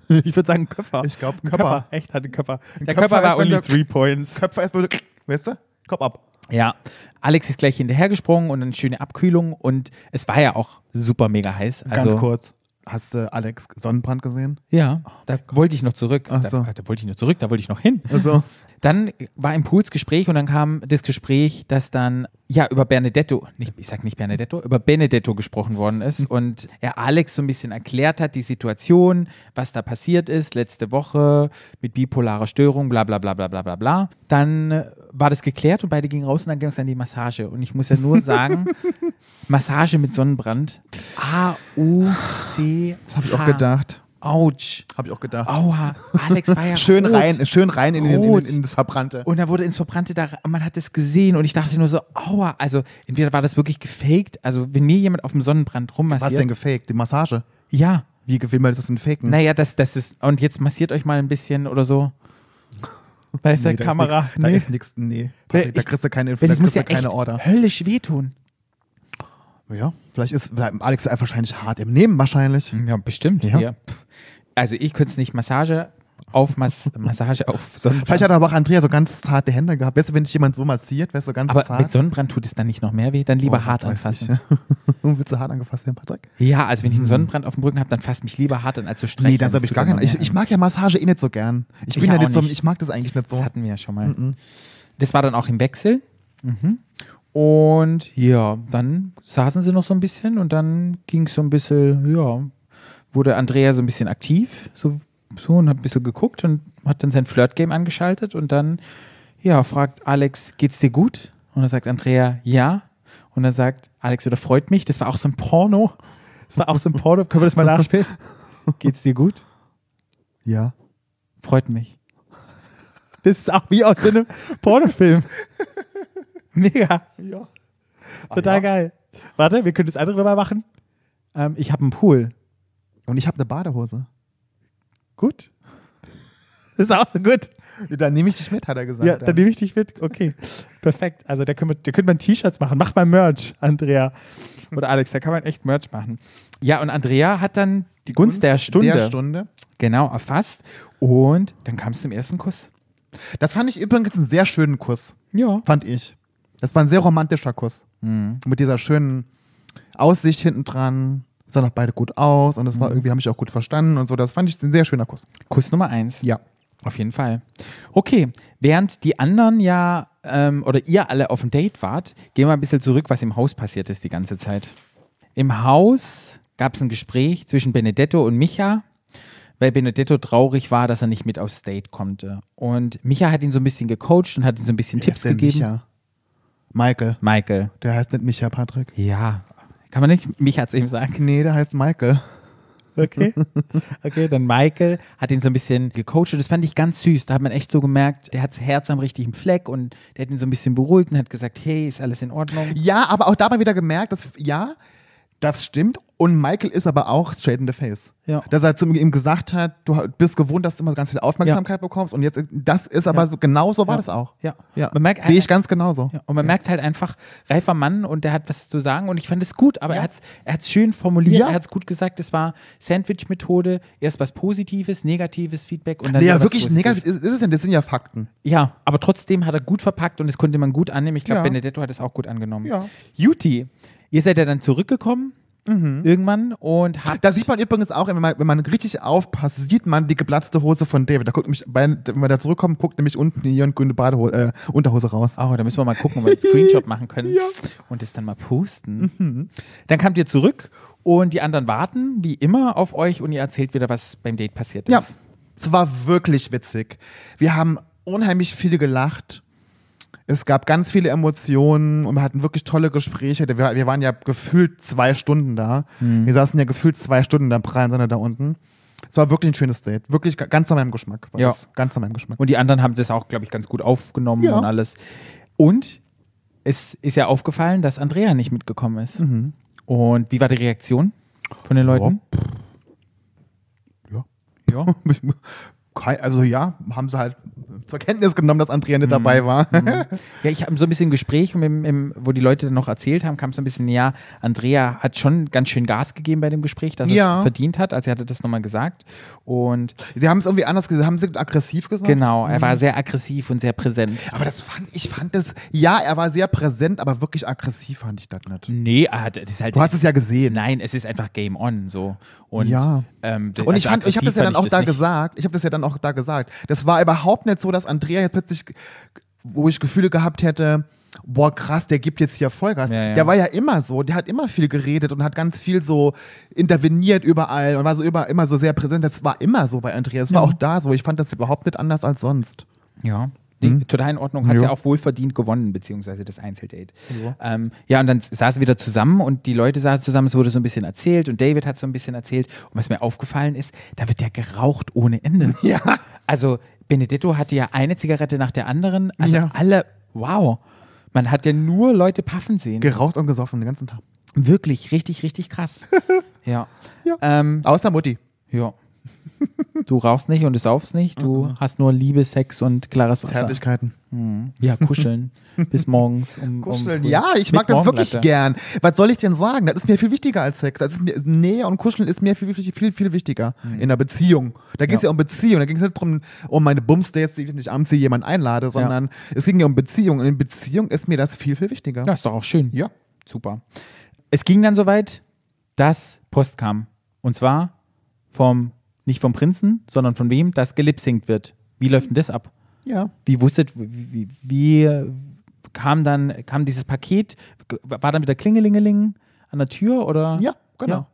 Ich würde sagen Köpfer. Ich glaub, Ein Köpfer. Echt, hatte Köpfer. Der Köpfer Köpfer war ist, wenn only du- three points. Köpfer ist, würde, weißt du? Kopf ab. Ja, Alex ist gleich hinterhergesprungen und eine schöne Abkühlung und es war ja auch super mega heiß. Also, Ganz kurz. Hast du Alex Sonnenbrand gesehen? Ja, da wollte ich noch zurück. Ach Da, so. da wollte ich noch zurück, da wollte ich noch hin. Also, Dann war im Puls Gespräch und dann kam das Gespräch, dass dann ja über Benedetto, nicht, ich sag nicht Benedetto, über Benedetto gesprochen worden Hm. ist und er Alex so ein bisschen erklärt hat, die Situation, was da passiert ist letzte Woche mit bipolarer Störung, bla bla bla bla bla bla bla. Dann äh, war das geklärt und beide gingen raus und dann ging es an die Massage. Und ich muss ja nur sagen, Massage mit Sonnenbrand. A-U-C. das habe ich auch gedacht. Autsch. Habe ich auch gedacht. Aua. Alex war ja schön rot. rein, schön rein in, den, in, Rot. den, in das Verbrannte. Und da wurde ins Verbrannte, da, man hat es gesehen und ich dachte nur so, aua, also entweder war das wirklich gefaked, also wenn mir jemand auf dem Sonnenbrand Was rummassiert. denn Hm. gefaked? Die Massage. Ja. Wie gewinnt man das denn faken? Naja, das, das ist, und jetzt massiert euch mal ein bisschen oder so. Bei der da Kamera. Ist nix, Da ist nichts, nee. Patrick, da ich- kriegst du keine, da Weil das kriegst muss ja du echt keine Order. höllisch wehtun. Ja, vielleicht ist vielleicht Alex wahrscheinlich hart im Nehmen, wahrscheinlich. Ja, bestimmt. Ja. Pff. Also ich könnte es nicht Massage auf Mas Massage auf Vielleicht Sonnenbrand. hat aber auch Andrea so ganz zarte Hände gehabt. Weißt du, wenn dich jemand so massiert, wärst du ganz Aber mit zart. Sonnenbrand tut es dann nicht noch mehr weh, dann lieber Oh, hart weiß anfassen. nicht. Willst du hart angefasst werden, Patrick? Ja, also wenn ich einen Sonnenbrand auf dem Rücken habe, dann fasst mich lieber hart an als zu strecken. Hm. Nee, dann habe Das ich tut gar immer keinen. Ich, mehr ich an. mag ja Massage eh nicht so gern. Ich bin Ich ja auch nicht so, nicht. ich mag das eigentlich nicht Das so. hatten wir ja schon mal. Das war dann auch im Wechsel. Mhm. Und ja, dann saßen sie noch so ein bisschen und dann ging es so ein bisschen, ja, wurde Andrea so ein bisschen aktiv, so, so und hat ein bisschen geguckt und hat dann sein Flirt-Game angeschaltet und dann, ja, fragt Alex, geht's dir gut? Und dann sagt Andrea, ja. Und dann sagt Alex wieder, freut mich. Das war auch so ein Porno. Das war auch so ein Porno. Können wir das mal nachspielen? Geht's dir gut? Ja. Freut mich. Das ist auch wie aus so einem Pornofilm. Mega. Ja. Total Ah, ja. geil. Warte, wir können das andere nochmal machen. Ähm, ich habe einen Pool. Und ich habe eine Badehose. Gut. Das ist auch so gut. Dann nehme ich dich mit, hat er gesagt. Ja, dann nehme ich dich mit. Okay. Perfekt. Also da können wir, da können wir T-Shirts machen. Mach mal Merch, Andrea. Oder Alex, da kann man echt Merch machen. Ja, und Andrea hat dann die Gunst, der Stunde Der Stunde. genau erfasst. Und dann kam es zum ersten Kuss. Das fand ich übrigens einen sehr schönen Kuss. Ja. Fand ich. Das war ein sehr romantischer Kuss. Mit dieser schönen Aussicht hinten dran. Sah noch beide gut aus und das war irgendwie, habe ich auch gut verstanden und so. Das fand ich ein sehr schöner Kuss. Kuss Nummer eins. Ja. Auf jeden Fall. Okay, während die anderen ja ähm, oder ihr alle auf dem Date wart, gehen wir ein bisschen zurück, was im Haus passiert ist die ganze Zeit. Im Haus gab es ein Gespräch zwischen Benedetto und Micha, weil Benedetto traurig war, dass er nicht mit aufs Date konnte. Und Micha hat ihn so ein bisschen gecoacht und hat ihm so ein bisschen Tipps gegeben. Micha? Michael. Michael. Der heißt nicht Micha, Patrick. Ja. Kann man nicht Micha zu ihm sagen? Nee, der heißt Michael. Okay. Okay, dann Michael hat ihn so ein bisschen gecoacht und das fand ich ganz süß. Da hat man echt so gemerkt, der hat das Herz am richtigen Fleck und der hat ihn so ein bisschen beruhigt und hat gesagt, hey, ist alles in Ordnung? Ja, aber auch dabei wieder gemerkt, dass, ja, das stimmt. Und Michael ist aber auch straight in the face. Ja. Dass er zu ihm gesagt hat, du bist gewohnt, dass du immer ganz viel Aufmerksamkeit bekommst. Und jetzt, das ist aber so, genau so war das auch. Ja. ja. Man merkt- Sehe ich ganz genauso. Ja, und man merkt halt einfach, reifer Mann und der hat was zu sagen und ich fand es gut, aber er hat es er hat's schön formuliert, Ja. er hat es gut gesagt, es war Sandwich-Methode, erst was Positives, negatives Feedback und dann Nee, ja, wieder was wirklich Positives. negativ ist, ist es denn? Das sind ja Fakten. Ja, aber trotzdem hat er gut verpackt und das konnte man gut annehmen. Ich glaube, Ja. Benedetto hat es auch gut angenommen. Ja. Juti, ihr seid ja dann zurückgekommen Mhm. irgendwann und habt Da sieht man übrigens auch, wenn man, wenn man richtig aufpasst, sieht man die geplatzte Hose von David. Da guckt nämlich, bei- wenn wir da zurückkommen, guckt nämlich unten die grüne Badehose, äh, Unterhose raus. Oh, da müssen wir mal gucken, ob wir einen Screenshot machen können und es dann mal posten. Mhm. Dann kamt ihr zurück und die anderen warten, wie immer, auf euch und ihr erzählt wieder, was beim Date passiert Ja, ist. es war wirklich witzig. Wir haben unheimlich viel gelacht. Es gab ganz viele Emotionen und wir hatten wirklich tolle Gespräche. Wir, wir waren ja gefühlt zwei Stunden da. Mhm. Wir saßen ja gefühlt zwei Stunden da prallen, sondern da unten. Es war wirklich ein schönes Date. Wirklich ga- ganz nach meinem Geschmack. War Ja. das. Ganz nach meinem Geschmack. Und die anderen haben das auch, glaube ich, ganz gut aufgenommen Ja. und alles. Und es ist ja aufgefallen, dass Andrea nicht mitgekommen ist. Mhm. Und wie war die Reaktion von den Leuten? Ja. Ja. Kein, also ja, haben sie halt zur Kenntnis genommen, dass Andrea nicht dabei war. Ja, ich habe so ein bisschen Gespräch, und im, im, wo die Leute dann noch erzählt haben, kam so ein bisschen, ja, Andrea hat schon ganz schön Gas gegeben bei dem Gespräch, dass Ja. es verdient hat. Also er hatte das nochmal gesagt. Und sie haben es irgendwie anders gesagt, haben sie aggressiv gesagt? genau, er Mhm. war sehr aggressiv und sehr präsent. Aber das fand, ich fand das, ja, er war sehr präsent, aber wirklich aggressiv fand ich das nicht. Nee, er hat, das ist halt. Du hast es ja gesehen. nein, es ist einfach Game On so. Und, Ja. ähm, d- Und ich, also fand, ich aggressiv habe das ja dann fand auch da nicht. gesagt. Ich habe das ja dann auch da gesagt. Das war überhaupt nicht so, dass Andrea jetzt plötzlich, wo ich Gefühle gehabt hätte, boah krass, der gibt jetzt hier Vollgas. Ja, ja. Der war ja immer so. Der hat immer viel geredet und hat ganz viel so interveniert überall und war so über, immer so sehr präsent. Das war immer so bei Andrea. Das war auch da so. Ich fand das überhaupt nicht anders als sonst. Ja. Nee, total in Ordnung. Hat Jo. ja auch wohlverdient gewonnen, beziehungsweise das Einzeldate. Ähm, ja, und dann saßen wir wieder zusammen und die Leute saßen zusammen. Es wurde so ein bisschen erzählt und David hat so ein bisschen erzählt. Und was mir aufgefallen ist, da wird ja geraucht ohne Ende. Ja. Also Benedetto hatte ja eine Zigarette nach der anderen. Also Ja. alle, wow. Man hat ja nur Leute paffen sehen. Geraucht und gesoffen den ganzen Tag. Wirklich, richtig, richtig krass. ja. Ja. Ähm, Außer Mutti. ja. Du rauchst nicht und du saufst nicht. Du Mhm. hast nur Liebe, Sex und klares Wasser. Zärtlichkeiten. Ja, kuscheln. Bis morgens. Um, Um Kuscheln. früh. Ja, ich Mit mag das wirklich Morgenlatte. gern. Was soll ich denn sagen? Das ist mir viel wichtiger als Sex. Das ist mir, Nähe und Kuscheln ist mir viel, viel, viel, viel wichtiger Mhm. in einer Beziehung. Da ging es ja. um Beziehung. Da ging es nicht darum, um meine Bumsdates, die ich nicht abends hier jemanden einlade, sondern es ging ja um Beziehung. Und in Beziehung ist mir das viel, viel wichtiger. Ja, ist doch auch schön. Ja. Super. Es ging dann soweit, dass Post kam. Und zwar vom, nicht vom Prinzen, sondern von wem, das gelipsingt wird. Wie läuft denn das ab? Ja. Wie wusstet, wie, wie, wie kam dann, kam dieses Paket, war dann wieder Klingelingeling an der Tür oder? Ja, genau.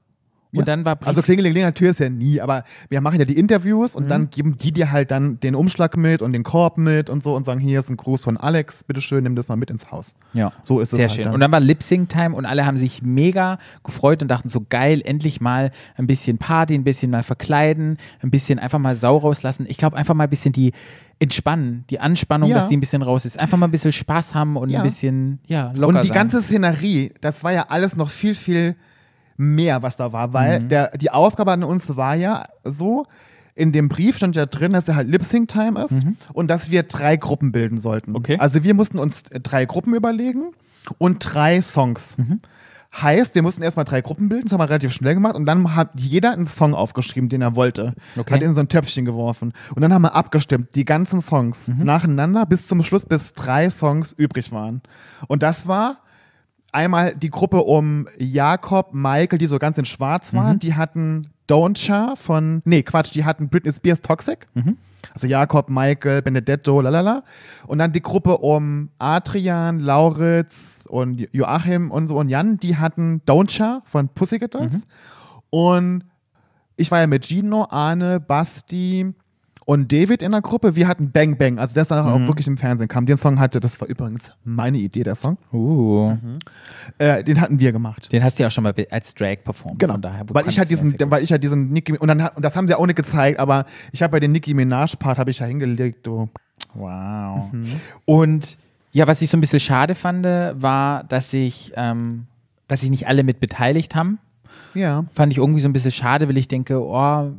Und Ja. dann war Also Klingelingeling Tür ist ja nie, aber wir machen ja die Interviews Mhm. und dann geben die dir halt dann den Umschlag mit und den Korb mit und so und sagen, hier ist ein Gruß von Alex, bitteschön, nimm das mal mit ins Haus. Ja, So ist es Sehr halt schön. dann. Und dann war Lip-Sync-Time und alle haben sich mega gefreut und dachten so geil, endlich mal ein bisschen Party, ein bisschen mal verkleiden, ein bisschen einfach mal Sau rauslassen. Ich glaube, einfach mal ein bisschen die entspannen, die Anspannung, Ja. dass die ein bisschen raus ist. Einfach mal ein bisschen Spaß haben und Ja. ein bisschen, ja, locker Und die sein. ganze Szenerie, das war ja alles noch viel, viel mehr, was da war, weil Mhm. der, die Aufgabe an uns war ja so, in dem Brief stand ja drin, dass ja halt Lip-Sync-Time ist und dass wir drei Gruppen bilden sollten. Mhm. Okay. Also wir mussten uns drei Gruppen überlegen und drei Songs. Mhm. Heißt, wir mussten erstmal drei Gruppen bilden, das haben wir relativ schnell gemacht und dann hat jeder einen Song aufgeschrieben, den er wollte. Okay. Hat in so ein Töpfchen geworfen. Und dann haben wir abgestimmt, die ganzen Songs nacheinander bis zum Schluss, bis drei Songs übrig waren. Und das war einmal die Gruppe um Jakob, Michael, die so ganz in Schwarz waren. Die hatten Don't Cha von, nee, Quatsch, die hatten Britney Spears Toxic. Also Jakob, Michael, Benedetto, lalala. Und dann die Gruppe um Adrian, Lauritz und Joachim und so und Jan, die hatten Don't Cha von Pussycat Dolls. Mhm. Und ich war ja mit Gino, Arne, Basti und David in der Gruppe. Wir hatten Bang Bang, also der Song Mhm. auch wirklich im Fernsehen kam. Den Song hatte, das war übrigens meine Idee, der Song. Uh, Äh, den hatten wir gemacht. Den hast du ja auch schon mal be- als Drag performt. Genau. Von daher, wo weil ich kannst halt du das diesen, sehr gut? weil ich halt diesen Nicki und dann hat- und das haben sie auch nicht gezeigt, aber ich habe bei den Nicki Minaj Part habe ich ja hingelegt. Du. Wow. Mhm. Und ja, was ich so ein bisschen schade fand, war, dass ich, ähm, dass sich nicht alle mit beteiligt haben. Ja. fand ich irgendwie so ein bisschen schade, weil ich denke, oh,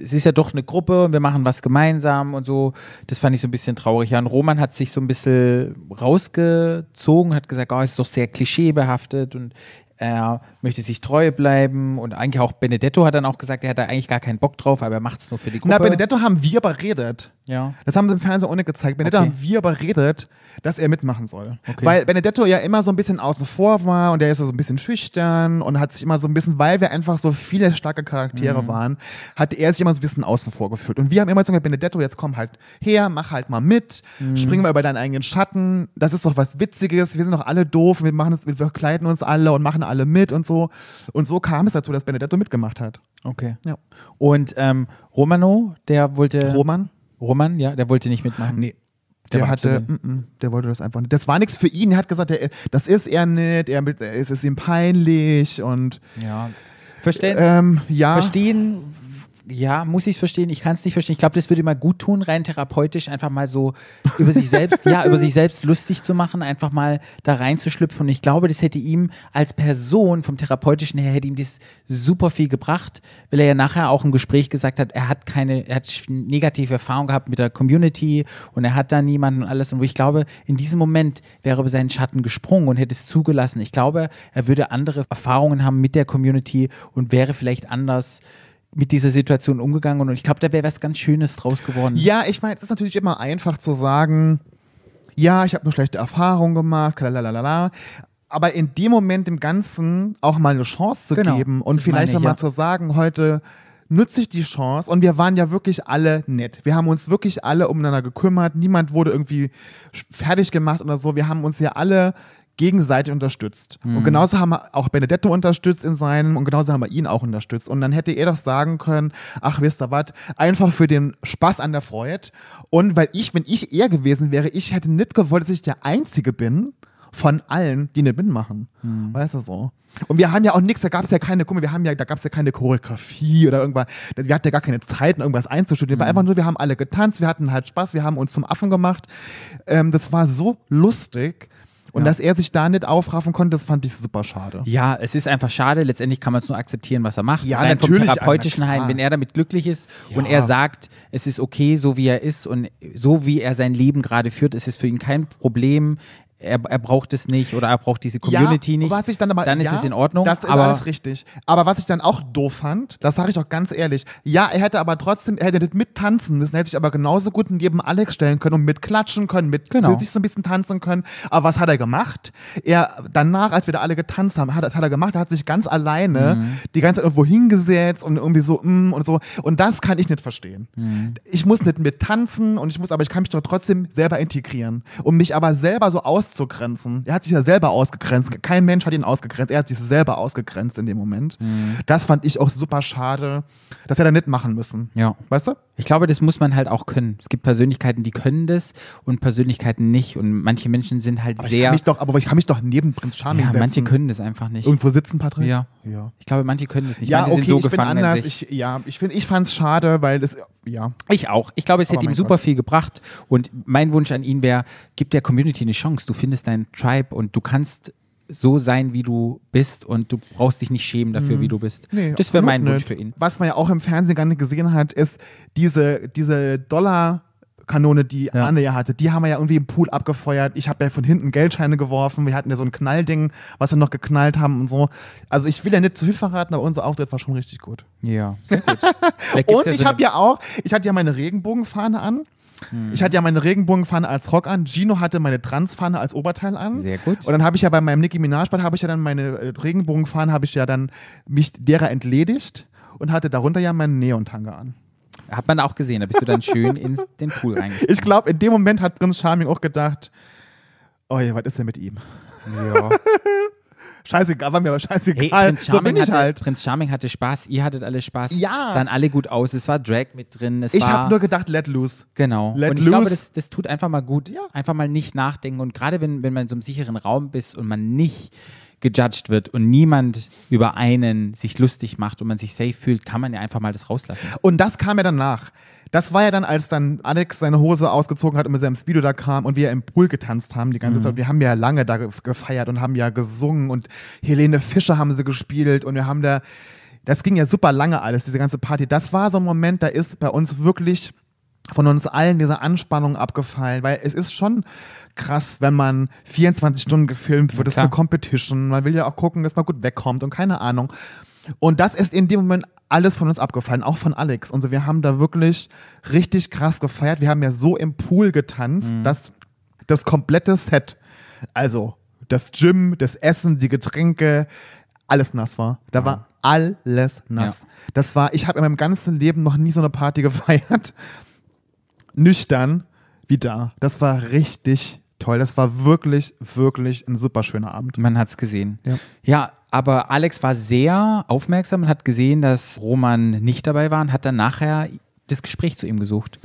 es ist ja doch eine Gruppe, wir machen was gemeinsam und so. Das fand ich so ein bisschen traurig. Jan Roman hat sich so ein bisschen rausgezogen, hat gesagt, oh, es ist doch sehr klischeebehaftet und er möchte sich treu bleiben und eigentlich auch Benedetto hat dann auch gesagt, er hat da eigentlich gar keinen Bock drauf, aber er macht es nur für die Gruppe. Na, Benedetto haben wir überredet. Ja. Das haben sie im Fernsehen ohne gezeigt. Benedetto Okay. haben wir überredet, dass er mitmachen soll. Weil Benedetto ja immer so ein bisschen außen vor war und der ist ja so ein bisschen schüchtern und hat sich immer so ein bisschen, weil wir einfach so viele starke Charaktere Mhm. waren, hat er sich immer so ein bisschen außen vor gefühlt. Und wir haben immer so gesagt, Benedetto, jetzt komm halt her, mach halt mal mit, Mhm. springen wir über deinen eigenen Schatten, das ist doch was Witziges, wir sind doch alle doof, wir machen es, wir verkleiden uns alle und machen alle mit und so. Und so kam es dazu, dass Benedetto mitgemacht hat. Okay. Ja. Und ähm, Romano, der wollte. Roman? Roman, ja, der wollte nicht mitmachen. Nee. Der Der, war hatte, abzulehnen. mm, mm, der wollte das einfach nicht. Das war nichts für ihn. Er hat gesagt, er, das ist er nicht, er, es ist ihm peinlich und Ja. Verständlich. ähm, ja. verstehen, ja, muss ich es verstehen, ich kann es nicht verstehen. Ich glaube, das würde mal gut tun, rein therapeutisch, einfach mal so über sich selbst, ja, über sich selbst lustig zu machen, einfach mal da reinzuschlüpfen. Und ich glaube, das hätte ihm als Person vom Therapeutischen her, hätte ihm das super viel gebracht, weil er ja nachher auch im Gespräch gesagt hat, er hat keine, er hat sch- negative Erfahrungen gehabt mit der Community und er hat da niemanden und alles. Und wo ich glaube, in diesem Moment wäre er über seinen Schatten gesprungen und hätte es zugelassen. Ich glaube, er würde andere Erfahrungen haben mit der Community und wäre vielleicht anders mit dieser Situation umgegangen und ich glaube, da wäre was ganz Schönes draus geworden. Ja, ich meine, es ist natürlich immer einfach zu sagen, ja, ich habe eine schlechte Erfahrung gemacht, lalalala. Aber in dem Moment dem Ganzen auch mal eine Chance zu Genau, geben und das meine vielleicht ich, auch mal ja. zu sagen, heute nütze ich die Chance und wir waren ja wirklich alle nett. Wir haben uns wirklich alle umeinander gekümmert. Niemand wurde irgendwie sch- fertig gemacht oder so. Wir haben uns ja alle gegenseitig unterstützt. Und genauso haben wir auch Benedetto unterstützt in seinem und genauso haben wir ihn auch unterstützt. Und dann hätte er doch sagen können, ach, wisst ihr was, einfach für den Spaß an der Freude. Und weil ich, wenn ich er gewesen wäre, ich hätte nicht gewollt, dass ich der Einzige bin von allen, die nicht mitmachen. Hm. Weißt du so? Und wir haben ja auch nichts, da gab es ja keine, guck mal, wir haben ja, da gab es ja keine Choreografie oder irgendwas. Wir hatten ja gar keine Zeit, um irgendwas einzustudieren. Hm. War einfach nur, wir haben alle getanzt, wir hatten halt Spaß, wir haben uns zum Affen gemacht. Ähm, das war so lustig. Und dass er sich da nicht aufraffen konnte, das fand ich super schade. Ja, es ist einfach schade. Letztendlich kann man es nur akzeptieren, was er macht. Ja, Rein Vom natürlich, therapeutischen Alter, Heim, klar. wenn er damit glücklich ist und Ja. er sagt, es ist okay, so wie er ist und so wie er sein Leben gerade führt, es ist für ihn kein Problem. Er, er braucht es nicht oder er braucht diese Community ja, nicht. Was ich dann, aber, dann ist ja, es in Ordnung. Das ist aber alles richtig. Aber was ich dann auch doof fand, das sage ich auch ganz ehrlich. Ja, er hätte aber trotzdem, er hätte nicht mittanzen müssen, er hätte sich aber genauso gut neben Alex stellen können und mitklatschen können, mit Genau. für sich so ein bisschen tanzen können. Aber was hat er gemacht? Er danach, als wir da alle getanzt haben, hat, hat er gemacht, er hat sich ganz alleine Mhm. die ganze Zeit irgendwo hingesetzt und irgendwie so mm, und so. Und das kann ich nicht verstehen. Mhm. Ich muss nicht mit tanzen und ich muss, aber ich kann mich doch trotzdem selber integrieren, um mich aber selber so auszugrenzen. Er hat sich ja selber ausgegrenzt. Kein Mensch hat ihn ausgegrenzt. Er hat sich selber ausgegrenzt in dem Moment. Mhm. Das fand ich auch super schade. Das hätte er nicht machen müssen. Ja. Weißt du? Ich glaube, das muss man halt auch können. Es gibt Persönlichkeiten, die können das und Persönlichkeiten nicht. Und manche Menschen sind halt Aber ich sehr. kann mich doch, aber ich kann mich doch neben Prinz Charming ja, setzen. manche können das einfach nicht. Irgendwo sitzen, Patrick? Ja. Ja. Ich glaube, manche können das nicht. Ja, manche okay, sind so ich bin gefangen in anders. sich. Ich, ja, ich finde, ich fand's schade, weil das, ja. Ich auch. Ich glaube, es Aber hätte ihm mein super Gott. viel gebracht. Und mein Wunsch an ihn wäre, gib der Community eine Chance. Du findest deinen Tribe und du kannst so sein, wie du bist und du brauchst dich nicht schämen dafür, wie du bist. das wäre Mhm. absolut mein Wunsch nicht. für ihn. Was man ja auch im Fernsehen gar nicht gesehen hat, ist diese, diese Dollar. Kanone, die Anne ja hatte, die haben wir ja irgendwie im Pool abgefeuert. Ich habe ja von hinten Geldscheine geworfen. Wir hatten ja so ein Knallding, was wir noch geknallt haben und so. Also ich will ja nicht zu viel verraten, aber unser Auftritt war schon richtig gut. Ja, sehr gut. Und ich habe ja auch, ich hatte ja meine Regenbogenfahne an. Hm. Ich hatte ja meine Regenbogenfahne als Rock an. Gino hatte meine Transfahne als Oberteil an. Sehr gut. Und dann habe ich ja bei meinem Nicki Minaj Bad habe ich ja dann meine äh, Regenbogenfahne habe ich ja dann mich derer entledigt und hatte darunter ja meinen Neontanga an. Hat man auch gesehen. Da bist du dann schön in den Pool reingegangen. Ich glaube, in dem Moment hat Prinz Charming auch gedacht, oh ja, was ist denn mit ihm? Ja. Scheißegal, war mir aber Hey, scheißegal. Prinz so Charming, bin ich hatte, halt. Prinz Charming hatte Spaß, ihr hattet alle Spaß, Ja. sahen alle gut aus, es war Drag mit drin, es Ich war... habe nur gedacht, let loose. Genau. Let und ich glaube, loose. das, das tut einfach mal gut. Einfach mal nicht nachdenken. Und gerade wenn, wenn man in so einem sicheren Raum ist und man nicht gejudged wird und niemand über einen sich lustig macht und man sich safe fühlt, kann man ja einfach mal das rauslassen. Und das kam ja danach. Das war ja dann, als dann Alex seine Hose ausgezogen hat und mit seinem Speedo da kam und wir im Pool getanzt haben die ganze Zeit. Wir haben ja lange da ge- gefeiert und haben ja gesungen und Helene Fischer haben sie gespielt und wir haben da, das ging ja super lange alles, diese ganze Party. Das war so ein Moment, da ist bei uns wirklich von uns allen diese Anspannung abgefallen, weil es ist schon krass, wenn man 24 Stunden gefilmt wird, es ist klar. eine Competition, man will ja auch gucken, dass man gut wegkommt und keine Ahnung. Und das ist in dem Moment alles von uns abgefallen, auch von Alex. Und so, wir haben da wirklich richtig krass gefeiert. Wir haben ja so im Pool getanzt, dass das komplette Set, also das Gym, das Essen, die Getränke, alles nass war. Da war alles nass. Ja. Das war, ich habe in meinem ganzen Leben noch nie so eine Party gefeiert nüchtern wie da. Das war richtig toll. Das war wirklich, wirklich ein super schöner Abend. Man hat es gesehen. Ja. aber Alex war sehr aufmerksam und hat gesehen, dass Roman nicht dabei war und hat dann nachher das Gespräch zu ihm gesucht.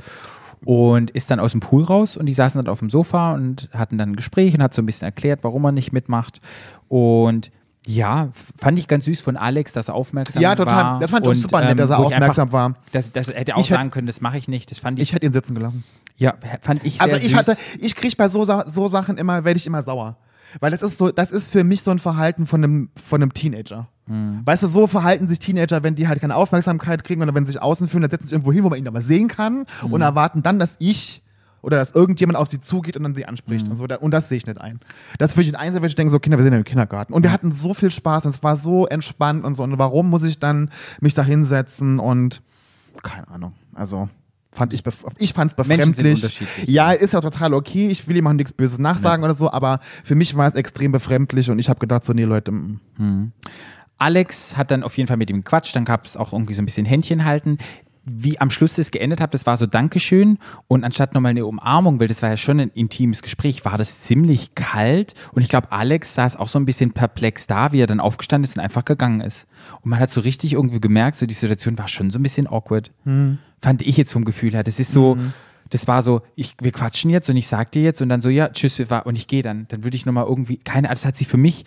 Und ist dann aus dem Pool raus und die saßen dann auf dem Sofa und hatten dann ein Gespräch und hat so ein bisschen erklärt, warum er nicht mitmacht. Und ja, f- fand ich ganz süß von Alex, dass er aufmerksam war. Ja, total. Das fand ich auch und, ähm, super nett, dass er wo ich aufmerksam war. Das, das hätte er auch Ich hätt- sagen können, das mache ich nicht. Das fand ich, Ich hätte ihn sitzen gelassen. ja, fand ich sehr Also ich süß. hatte, ich kriege bei so, Sa- so Sachen immer, werde ich immer sauer. Weil das ist so, das ist für mich so ein Verhalten von einem, von einem Teenager. Hm. Weißt du, so verhalten sich Teenager, wenn die halt keine Aufmerksamkeit kriegen oder wenn sie sich außen fühlen, dann setzen sie sich irgendwo hin, wo man ihn aber sehen kann und Hm. erwarten dann, dass ich oder dass irgendjemand auf sie zugeht und dann sie anspricht Hm. und so. Da- Und das sehe ich nicht ein. Das würde ich in eins, würde ich denken, so Kinder, wir sind ja im Kindergarten. Und wir hatten so viel Spaß und es war so entspannt und so. Und warum muss ich dann mich da hinsetzen und keine Ahnung. Also fand ich, bef- ich fand es sind befremdlich. unterschiedlich. Ja, ist ja total okay. Ich will ihm auch nichts Böses nachsagen oder so, aber für mich war es extrem befremdlich und ich habe gedacht, so, nee, Leute, mm. Alex hat dann auf jeden Fall mit ihm gequatscht, dann gab es auch irgendwie so ein bisschen Händchen halten. wie am Schluss das geendet habt, das war so Dankeschön und anstatt nochmal eine Umarmung, weil das war ja schon ein intimes Gespräch, war das ziemlich kalt und ich glaube, Alex saß auch so ein bisschen perplex da, wie er dann aufgestanden ist und einfach gegangen ist. Und man hat so richtig irgendwie gemerkt, so die Situation war schon so ein bisschen awkward. Fand ich jetzt vom Gefühl her. Das ist so, das war so, ich, wir quatschen jetzt und ich sag dir jetzt und dann so, ja, tschüss, wir war, und ich gehe dann. Dann würde ich nochmal irgendwie, keine Ahnung, das hat sich für mich,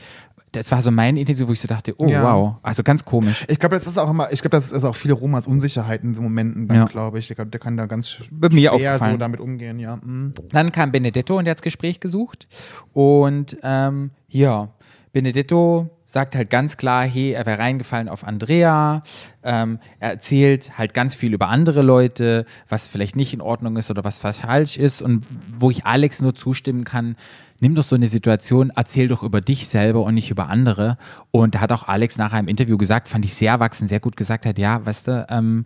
das war so meine Intention, wo ich so dachte, oh Ja. wow, also ganz komisch. Ich glaube, das ist auch immer, ich glaube, das ist auch viele Romas Unsicherheit in so Momenten, dann Ja. glaube ich. Ich glaube, der kann da ganz sch- Bei mir schwer so aufgefallen. damit umgehen, ja. Mhm. Dann kam Benedetto und der hat das Gespräch gesucht. Und ähm, ja, Benedetto sagt halt ganz klar, hey, er wäre reingefallen auf Andrea. Ähm, er erzählt halt ganz viel über andere Leute, was vielleicht nicht in Ordnung ist oder was falsch ist. Und wo ich Alex nur zustimmen kann, nimm doch so eine Situation, erzähl doch über dich selber und nicht über andere. Und da hat auch Alex nachher im Interview gesagt, fand ich sehr erwachsen, sehr gut gesagt hat, ja, weißt du, ähm,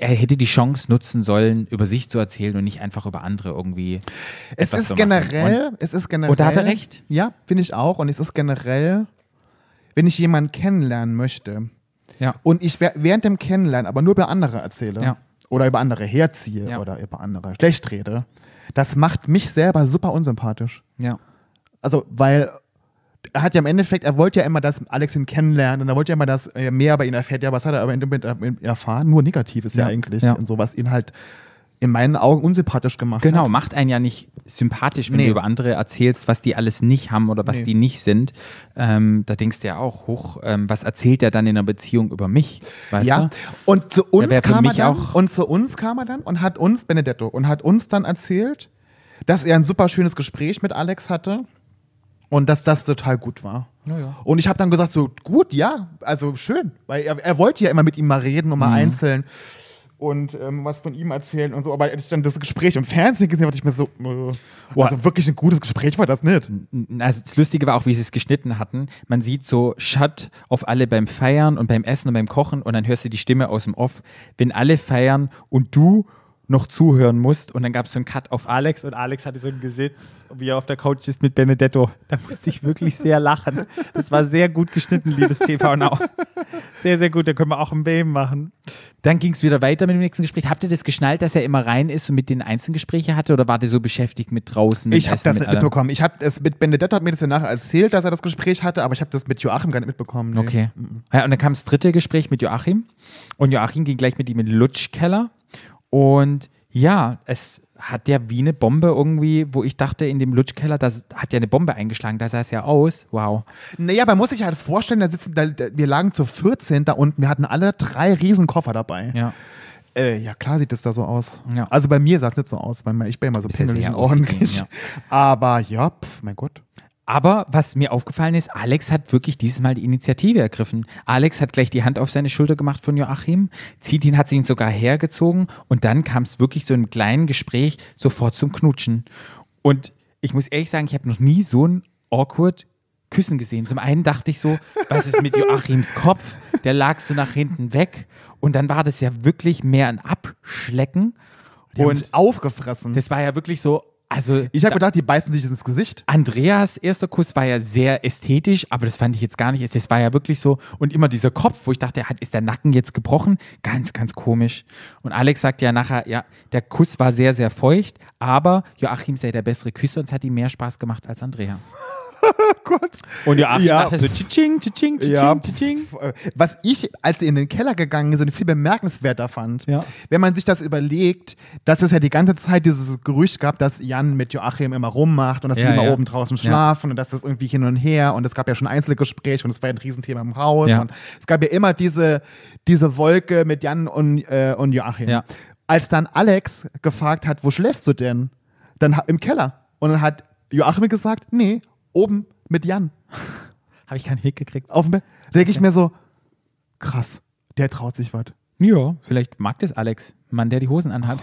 er hätte die Chance nutzen sollen, über sich zu erzählen und nicht einfach über andere irgendwie. Es etwas ist zu machen. generell, es ist generell. Und da hat er recht. Ja, finde ich auch. Und es ist generell, wenn ich jemanden kennenlernen möchte Und, ja. und ich wär- während dem Kennenlernen aber nur über andere erzähle Ja. oder über andere herziehe Ja. oder über andere schlecht rede, das macht mich selber super unsympathisch. ja. Also, weil er hat ja im Endeffekt, er wollte ja immer, dass Alex ihn kennenlernt und er wollte ja immer, dass er mehr über ihn erfährt. Ja, was hat er aber in dem Moment erfahren? Nur Negatives ja, Ja, eigentlich. ja. Und so, was ihn halt in meinen Augen unsympathisch gemacht hat. Genau, macht einen ja nicht sympathisch, wenn Nee. du über andere erzählst, was die alles nicht haben oder was Nee. die nicht sind. Ähm, da denkst du ja auch, hoch, ähm, was erzählt er dann in einer Beziehung über mich? Weißt Ja, du? und zu uns wär für kam er mich dann, auch- und zu uns kam er dann und hat uns, Benedetto, und hat uns dann erzählt, dass er ein super schönes Gespräch mit Alex hatte und dass das total gut war. Ja, ja. Und ich habe dann gesagt, so gut, ja, also schön, weil er, er wollte ja immer mit ihm mal reden Mhm. und mal einzeln und ähm, was von ihm erzählen und so, aber als ich dann das Gespräch im Fernsehen gesehen habe, dachte ich mir so, äh, also wirklich ein gutes Gespräch war das nicht. Also das Lustige war auch, wie sie es geschnitten hatten. Man sieht so Shut auf alle beim Feiern und beim Essen und beim Kochen und dann hörst du die Stimme aus dem Off, wenn alle feiern und du noch zuhören musst und dann gab es so einen Cut auf Alex und Alex hatte so ein Gesitz, wie er auf der Couch ist mit Benedetto. Da musste ich wirklich sehr lachen. Das war sehr gut geschnitten, liebes TV Now. Sehr, sehr gut, da können wir auch ein Beben machen. Dann ging es wieder weiter mit dem nächsten Gespräch. Habt ihr das geschnallt, dass er immer rein ist und mit den Einzelgespräche hatte oder wart ihr so beschäftigt mit draußen? mit Ich habe Essen, das mit nicht allem? mitbekommen. Ich habe es mit Benedetto hat mir das ja nachher erzählt, dass er das Gespräch hatte, aber ich habe das mit Joachim gar nicht mitbekommen. nee. Okay. Ja, und dann kam das dritte Gespräch mit Joachim. Und Joachim ging gleich mit ihm in den Lutschkeller. Und ja, es hat ja wie eine Bombe irgendwie, wo ich dachte, in dem Lutschkeller, da hat ja eine Bombe eingeschlagen, da sah es ja aus. Wow. Naja, man muss sich halt vorstellen, da sitzen, da, da, wir lagen zu 14 da unten, wir hatten alle drei riesen Koffer dabei. Ja. Äh, ja, klar sieht das da so aus. Ja. Also bei mir sah es nicht so aus, weil ich bin immer so Ist ja pimmelig sehr und ordentlich. ausgeglichen, Aber ja, pf, mein Gott. Aber was mir aufgefallen ist, Alex hat wirklich dieses Mal die Initiative ergriffen. Alex hat gleich die Hand auf seine Schulter gemacht von Joachim, zieht ihn, hat sie ihn sogar hergezogen und dann kam es wirklich so im kleinen Gespräch sofort zum Knutschen. Und ich muss ehrlich sagen, ich habe noch nie so ein awkward Küssen gesehen. Zum einen dachte ich so, was ist mit Joachims Kopf? Der lag so nach hinten weg und dann war das ja wirklich mehr ein Abschlecken Die haben und sich aufgefressen. das war ja wirklich so, also ich habe da- gedacht, die beißen sich ins Gesicht. Andreas erster Kuss war ja sehr ästhetisch, aber das fand ich jetzt gar nicht. Das war ja wirklich so. Und immer dieser Kopf, wo ich dachte, hat, ist der Nacken jetzt gebrochen? Ganz, ganz komisch. Und Alex sagt ja nachher, ja, der Kuss war sehr, sehr feucht, aber Joachim sei der bessere Küsser und es hat ihm mehr Spaß gemacht als Andrea. Gott. Und Joachim Ja. dachte so, tsching, tsching, Ja, tsching, tsching. pf, äh, Was ich, als sie in den Keller gegangen sind, viel bemerkenswerter fand, Ja. wenn man sich das überlegt, dass es ja die ganze Zeit dieses Gerücht gab, dass Jan mit Joachim immer rummacht und dass Ja, sie immer ja. oben draußen Ja. schlafen und dass das irgendwie hin und her und es gab ja schon Einzelgespräche und es war ein Riesenthema im Haus Ja. und es gab ja immer diese, diese Wolke mit Jan und, äh, und Joachim. Ja. Als dann Alex gefragt hat, wo schläfst du denn? Dann ha- im Keller. Und dann hat Joachim gesagt, nee, oben mit Jan Habe ich keinen Hick gekriegt. auf dem Bett, denke ich mir so, krass, der traut sich was. Ja, vielleicht mag das Alex. Mann, der die Hosen anhat.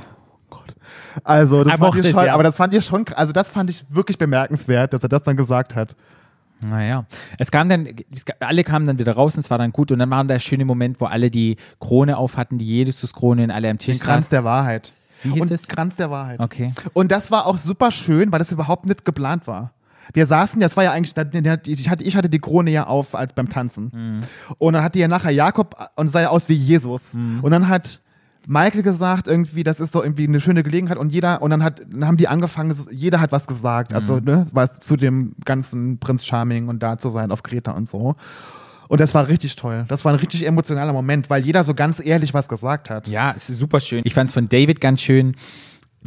Also, das Er fand mochte ihr es, schon, ja. aber das fand ihr schon, kr- also das fand ich wirklich bemerkenswert, dass er das dann gesagt hat. Naja, es kam dann, es, ga- alle kamen dann wieder raus und es war dann gut und dann war der schöne Moment, wo alle die Krone auf hatten, die Jesuskrone und alle am Tisch Den Kranz saßen. der Wahrheit. Wie hieß Und das? Kranz der Wahrheit. Okay. Und das war auch super schön, weil das überhaupt nicht geplant war. Wir saßen, das war ja eigentlich, ich hatte, ich hatte die Krone ja auf Mhm. äh, Mhm. als beim Tanzen. Und dann hatte ja nachher Jakob und sah ja aus wie Jesus. Und dann hat Michael gesagt, irgendwie, das ist doch irgendwie eine schöne Gelegenheit und jeder, und dann hat, dann haben die angefangen, so- jeder hat was gesagt. Mhm. Also, ne, was zu dem ganzen Prinz Charming und da zu sein auf Kreta und so. Und das war richtig toll. Das war ein richtig emotionaler Moment, weil jeder so ganz ehrlich was gesagt hat. Ja, es ist super schön. Ich fand es von David ganz schön,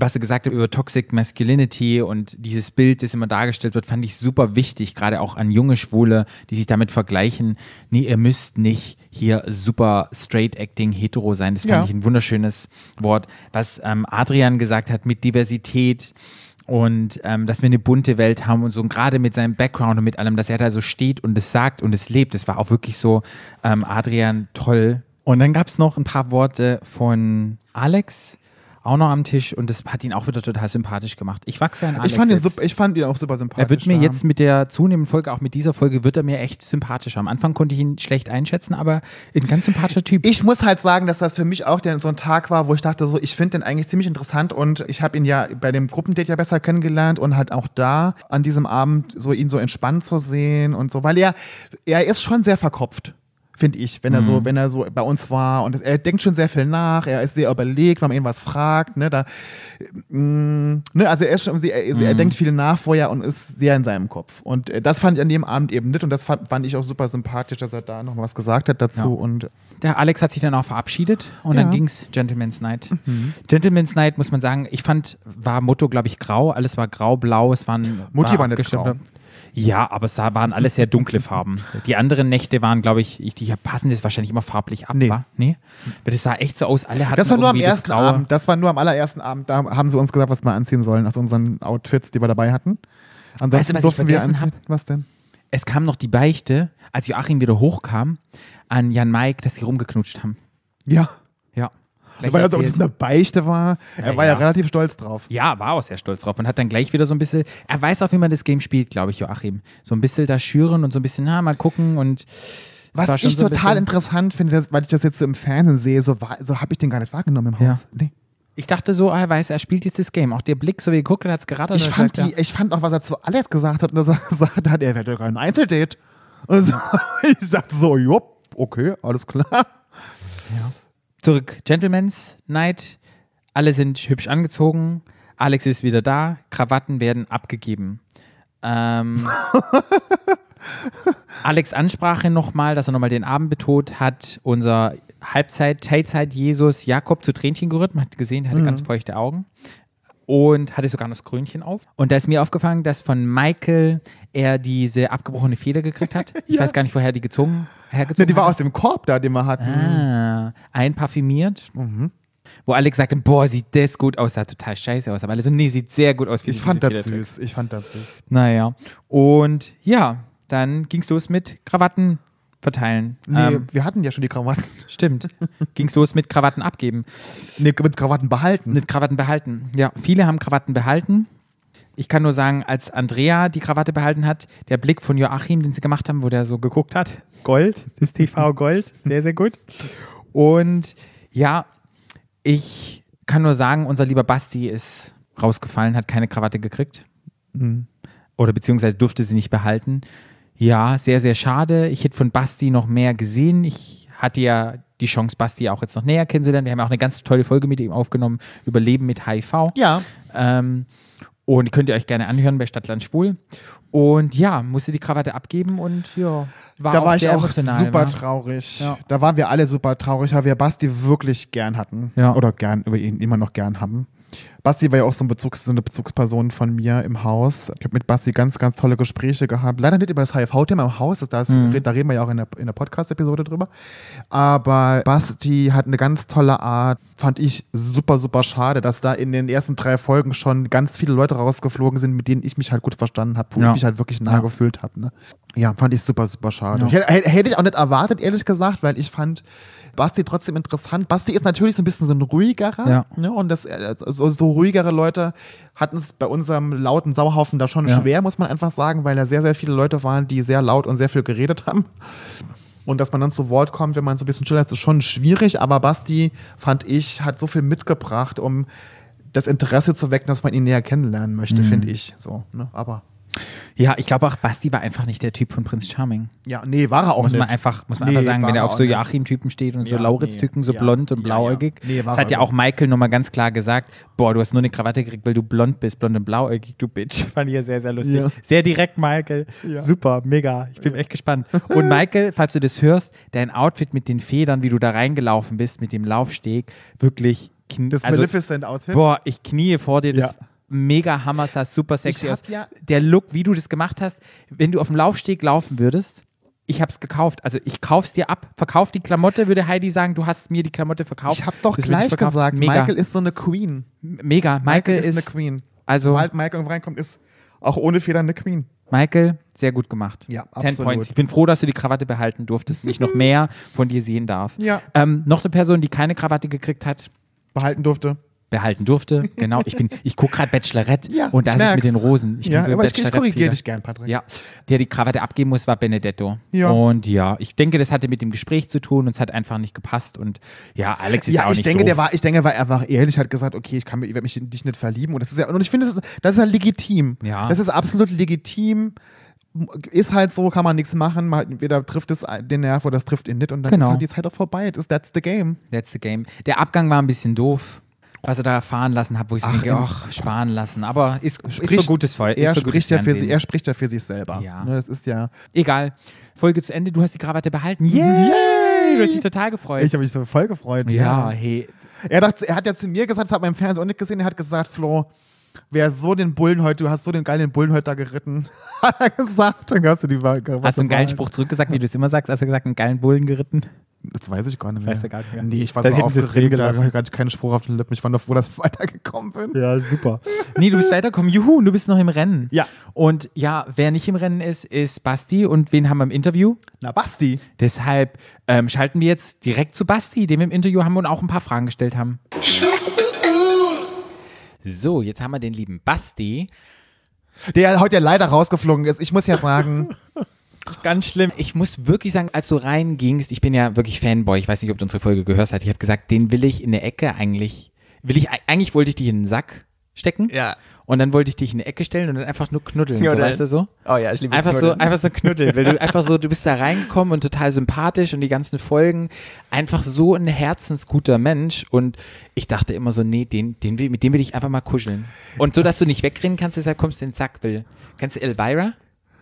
was er gesagt hat über Toxic Masculinity und dieses Bild, das immer dargestellt wird, fand ich super wichtig, gerade auch an junge Schwule, die sich damit vergleichen. Nee, ihr müsst nicht hier super straight acting hetero sein. Das fand Ja. ich ein wunderschönes Wort, was ähm, Adrian gesagt hat mit Diversität. Und ähm, dass wir eine bunte Welt haben und so, und gerade mit seinem Background und mit allem, dass er da so steht und es sagt und es lebt, das war auch wirklich so, ähm, Adrian, toll. Und dann gab es noch ein paar Worte von Alex, auch noch am Tisch, und das hat ihn auch wieder total sympathisch gemacht. Ich wachse an Alex. ich, fand ihn jetzt. super, ich fand ihn auch super sympathisch. Er wird mir da. jetzt mit der zunehmenden Folge, auch mit dieser Folge, wird er mir echt sympathischer. Am Anfang konnte ich ihn schlecht einschätzen, aber ein ganz sympathischer Typ. Ich muss halt sagen, dass das für mich auch der, so ein Tag war, wo ich dachte, so, ich finde den eigentlich ziemlich interessant und ich habe ihn ja bei dem Gruppendate ja besser kennengelernt und halt auch da an diesem Abend so ihn so entspannt zu sehen und so, weil er, er ist schon sehr verkopft. Finde ich, wenn er Mhm. so, wenn er so bei uns war und er denkt schon sehr viel nach, er ist sehr überlegt, wenn man ihn was fragt, ne, da, mm, ne, also er ist schon, er, er Mhm. denkt viel nach vorher und ist sehr in seinem Kopf. Und äh, das fand ich an dem Abend eben nicht und das fand, fand ich auch super sympathisch, dass er da noch mal was gesagt hat dazu Ja. und der Alex hat sich dann auch verabschiedet und dann Ja. Mhm. ging's Gentleman's Night. Gentleman's Night, muss man sagen, ich fand, war Motto, glaube ich, grau. Alles war grau, blau. Es waren. Mutti war nicht abgestimmt. grau. Ja, aber es waren alles sehr dunkle Farben. Die anderen Nächte waren, glaube ich, ich, die passen das wahrscheinlich immer farblich ab, Nee. wa? Nee. Aber das sah echt so aus, alle hatten Das war nur am irgendwie das ersten graue. Abend. Das war nur am allerersten Abend. Da haben sie uns gesagt, was wir anziehen sollen aus unseren Outfits, die wir dabei hatten. Weißt du, Ansonsten was ich durften wir vergessen anziehen. Was denn? Es kam noch die Beichte, als Joachim wieder hochkam, an Jan Maik, dass die rumgeknutscht haben. Ja. Ja. Gleich Weil das erzählt. uns eine Beichte war. Er Na war ja, ja. relativ stolz drauf. Ja, war auch sehr stolz drauf und hat dann gleich wieder so ein bisschen, er weiß auch, wie man das Game spielt, glaube ich, Joachim. So ein bisschen da schüren und so ein bisschen, na, mal gucken und es war Was schon ich so ein total bisschen- interessant finde, dass, weil ich das jetzt so im Fernsehen sehe, so, war- so habe ich den gar nicht wahrgenommen im Ja. Haus. Nee. Ich dachte so, ah, er weiß, er spielt jetzt das Game. Auch der Blick, so wie er geguckt hat, hat es geraten. Ich, fand die, ich fand auch, was er zu Alex gesagt hat, und er gesagt hat, er wäre sogar ein Einzeldate. Und so, ich sagte so, jupp, okay, alles klar. Zurück, Gentleman's Night. Alle sind hübsch angezogen. Alex ist wieder da. Krawatten werden abgegeben. Ähm, Alex Ansprache nochmal, dass er nochmal den Abend betont hat. Unser Halbzeit, Teilzeit Jesus Jakob zu Tränchen gerührt. Man hat gesehen, er hatte Mhm. ganz feuchte Augen. Und hatte sogar noch das Krönchen auf. Und da ist mir aufgefallen, dass von Michael er diese abgebrochene Feder gekriegt hat. Ich weiß gar nicht, woher die gezogen, hergezogen Ne, die war hat. aus dem Korb da, den wir hatten. Ah, einparfümiert. Mhm. Wo Alex sagte, boah, sieht das gut aus, sah total scheiße aus. Aber alle so, nee, sieht sehr gut aus. wie Ich sie fand diese das Feder trägt. süß. Ich fand das süß. Naja. Und ja, dann ging's los mit Krawatten verteilen. Nee, Ähm, wir hatten ja schon die Krawatten. stimmt. ging's los mit Krawatten abgeben. Nee, mit Krawatten behalten. Mit Krawatten behalten. Ja, viele haben Krawatten behalten. Ich kann nur sagen, als Andrea die Krawatte behalten hat, der Blick von Joachim, den sie gemacht haben, wo der so geguckt hat. Gold, das TV Gold, sehr, sehr gut. Und ja, ich kann nur sagen, unser lieber Basti ist rausgefallen, hat keine Krawatte gekriegt. Mhm. Oder beziehungsweise durfte sie nicht behalten. Ja, sehr, sehr schade. Ich hätte von Basti noch mehr gesehen. Ich hatte ja die Chance, Basti auch jetzt noch näher kennenzulernen. Wir haben ja auch eine ganz tolle Folge mit ihm aufgenommen über Leben mit HIV. Ja, Ähm, und könnt ihr euch gerne anhören bei Stadtland Schwul. Und ja, musste die Krawatte abgeben und ja, war da auch war ich sehr auch emotional. ne? super wa? traurig. Ja. Da waren wir alle super traurig, weil wir Basti wirklich gern hatten. Ja. Oder gern, über ihn immer noch gern haben. Basti war ja auch so, ein Bezugs, so eine Bezugsperson von mir im Haus. Ich habe mit Basti ganz, ganz tolle Gespräche gehabt. Leider nicht über das HIV-Thema im Haus, das, das, Mhm. da reden wir ja auch in der, in der Podcast-Episode drüber. Aber Basti hat eine ganz tolle Art. Fand ich super, super schade, dass da in den ersten drei Folgen schon ganz viele Leute rausgeflogen sind, mit denen ich mich halt gut verstanden habe, wo Ja. ich mich halt wirklich nah Ja. gefühlt habe. Ne? Ja, fand ich super, super schade. Ja. Ich hätte- hätte, hätte ich auch nicht erwartet, ehrlich gesagt, weil ich fand Basti trotzdem interessant. Basti ist natürlich so ein bisschen so ein ruhigerer. Ja. Ne? Und das, äh, so, so ruhigere Leute hatten es bei unserem lauten Sauhaufen da schon Ja. schwer, muss man einfach sagen, weil da sehr, sehr viele Leute waren, die sehr laut und sehr viel geredet haben. Und dass man dann zu Wort kommt, wenn man so ein bisschen stiller ist, ist schon schwierig. Aber Basti, fand ich, hat so viel Mhm. mitgebracht, um das Interesse zu wecken, dass man ihn näher kennenlernen möchte, finde ich. So, ne? Aber Ja, ich glaube auch, Basti war einfach nicht der Typ von Prinz Charming. Ja, nee, war er auch Muss nicht. man einfach, muss man Nee, einfach sagen, war wenn er er auf auch so nicht. Joachim-Typen steht und Ja, so Lauritz-Typen, so nee, ja, blond und ja, ja. blauäugig. Nee, war das hat ja er nicht. auch Michael nochmal ganz klar gesagt, boah, du hast nur eine Krawatte gekriegt, weil du blond bist, blond und blauäugig, du Bitch. Fand ich ja sehr, sehr lustig. Ja. Sehr direkt, Michael. Ja. Super, mega. Ich bin echt gespannt. Und Michael, falls du das hörst, dein Outfit mit den Federn, wie du da reingelaufen bist, mit dem Laufsteg, wirklich kn- Das also, Maleficent-Outfit. Boah, ich knie vor dir. Das Ja. mega Hammer sah super sexy Ich aus. hab ja- Der Look, wie du das gemacht hast, wenn du auf dem Laufsteg laufen würdest, ich hab's gekauft. Also ich kauf's dir ab. Verkauf die Klamotte, würde Heidi sagen, du hast mir die Klamotte verkauft. Ich habe doch Das will gleich verkaufen. gesagt, mega, Michael ist so eine Queen. mega. Michael, eine ist, Queen. also Sobald Michael reinkommt, ist auch ohne Federn eine Queen. Michael, sehr gut gemacht. Ja, Ten absolut. Points. Ich bin froh, dass du die Krawatte behalten durftest und ich noch mehr von dir sehen darf. Ja. Ähm, noch eine Person, die keine Krawatte gekriegt hat, Behalten durfte. behalten durfte. Genau, ich bin, ich gucke gerade Bachelorette Ja, und da ich ist es mit merk's. den Rosen. ja, bin so aber ich, ich korrigiere Bachelorette-Fieber. dich gern, Patrick. Ja, der die Krawatte abgeben muss, war Benedetto. Ja. Und ja, ich denke, das hatte mit dem Gespräch zu tun und es hat einfach nicht gepasst. Und ja, Alex ist Ja, auch ich nicht denke, doof. der war, ich denke, er war einfach ehrlich, hat gesagt, okay, ich kann mir, ich werde mich in dich nicht verlieben. Und das ist ja, und ich finde, das ist, das ist ja legitim. Ja. Das ist absolut legitim. Ist halt so, kann man nichts machen. Man, entweder trifft es den Nerv oder das trifft ihn nicht. Und dann Genau. ist halt die Zeit auch vorbei. Das, that's the game. Letzte Game. Der Abgang war ein bisschen doof, was er da fahren lassen hat, wo ich so Ach, denke, im- ach, sparen lassen. Aber ist, ist Spricht- für gutes Feuer. Er ist für gutes spricht, ja für Fernsehen. sie, er spricht ja für sich selber. Ja. Ne, Das ist ja. Egal. Folge zu Ende, du hast die Krawatte behalten. Yay! Du hast dich total gefreut. Mhm. Ich habe mich so voll gefreut. ja, hey. Er, dachte, er hat ja zu mir gesagt, das hat man im Fernsehen auch nicht gesehen, er hat gesagt, Flo, wer so den Bullen heute, du hast so den geilen Bullen heute da geritten, hat er gesagt, dann hast du die Wahl Hast du einen geilen Spruch zurückgesagt, wie du es immer sagst? Hast du gesagt, einen geilen Bullen geritten? Das weiß ich gar nicht mehr. Weißt du gar nicht mehr. Nee, ich war Dann so hätten sie es drin aufgeregt, da gelassen. hatte ich gar nicht keinen Spruch auf den Lippen. Ich war nur froh, dass ich weitergekommen bin. Ja, super. Nee, du bist weitergekommen. Juhu, und du bist noch im Rennen. Ja. Und ja, wer nicht im Rennen ist, ist Basti. Und wen haben wir im Interview? Na, Basti. Deshalb ähm, schalten wir jetzt direkt zu Basti, dem wir im Interview haben und auch ein paar Fragen gestellt haben. So, jetzt haben wir den lieben Basti. Der heute ja leider rausgeflogen ist. Ich muss ja sagen, Ganz schlimm. Ich muss wirklich sagen, als du reingingst, ich bin ja wirklich Fanboy, ich weiß nicht, ob du unsere Folge gehört hast. Ich habe gesagt, den will ich in der Ecke eigentlich, will ich, eigentlich wollte ich dich in den Sack stecken. Ja. Und dann wollte ich dich in die Ecke stellen und dann einfach nur knuddeln, knuddeln. Knuddeln. so weißt du so? Oh ja, ich liebe einfach so, Knuddeln. einfach so knuddeln, weil du einfach so, du bist da reingekommen und total sympathisch und die ganzen Folgen einfach so ein herzensguter Mensch und ich dachte immer so, nee, den, den will, mit dem will ich einfach mal kuscheln. Und so, dass du nicht wegrennen kannst, deshalb kommst du in den Sack, will. Kennst du Elvira?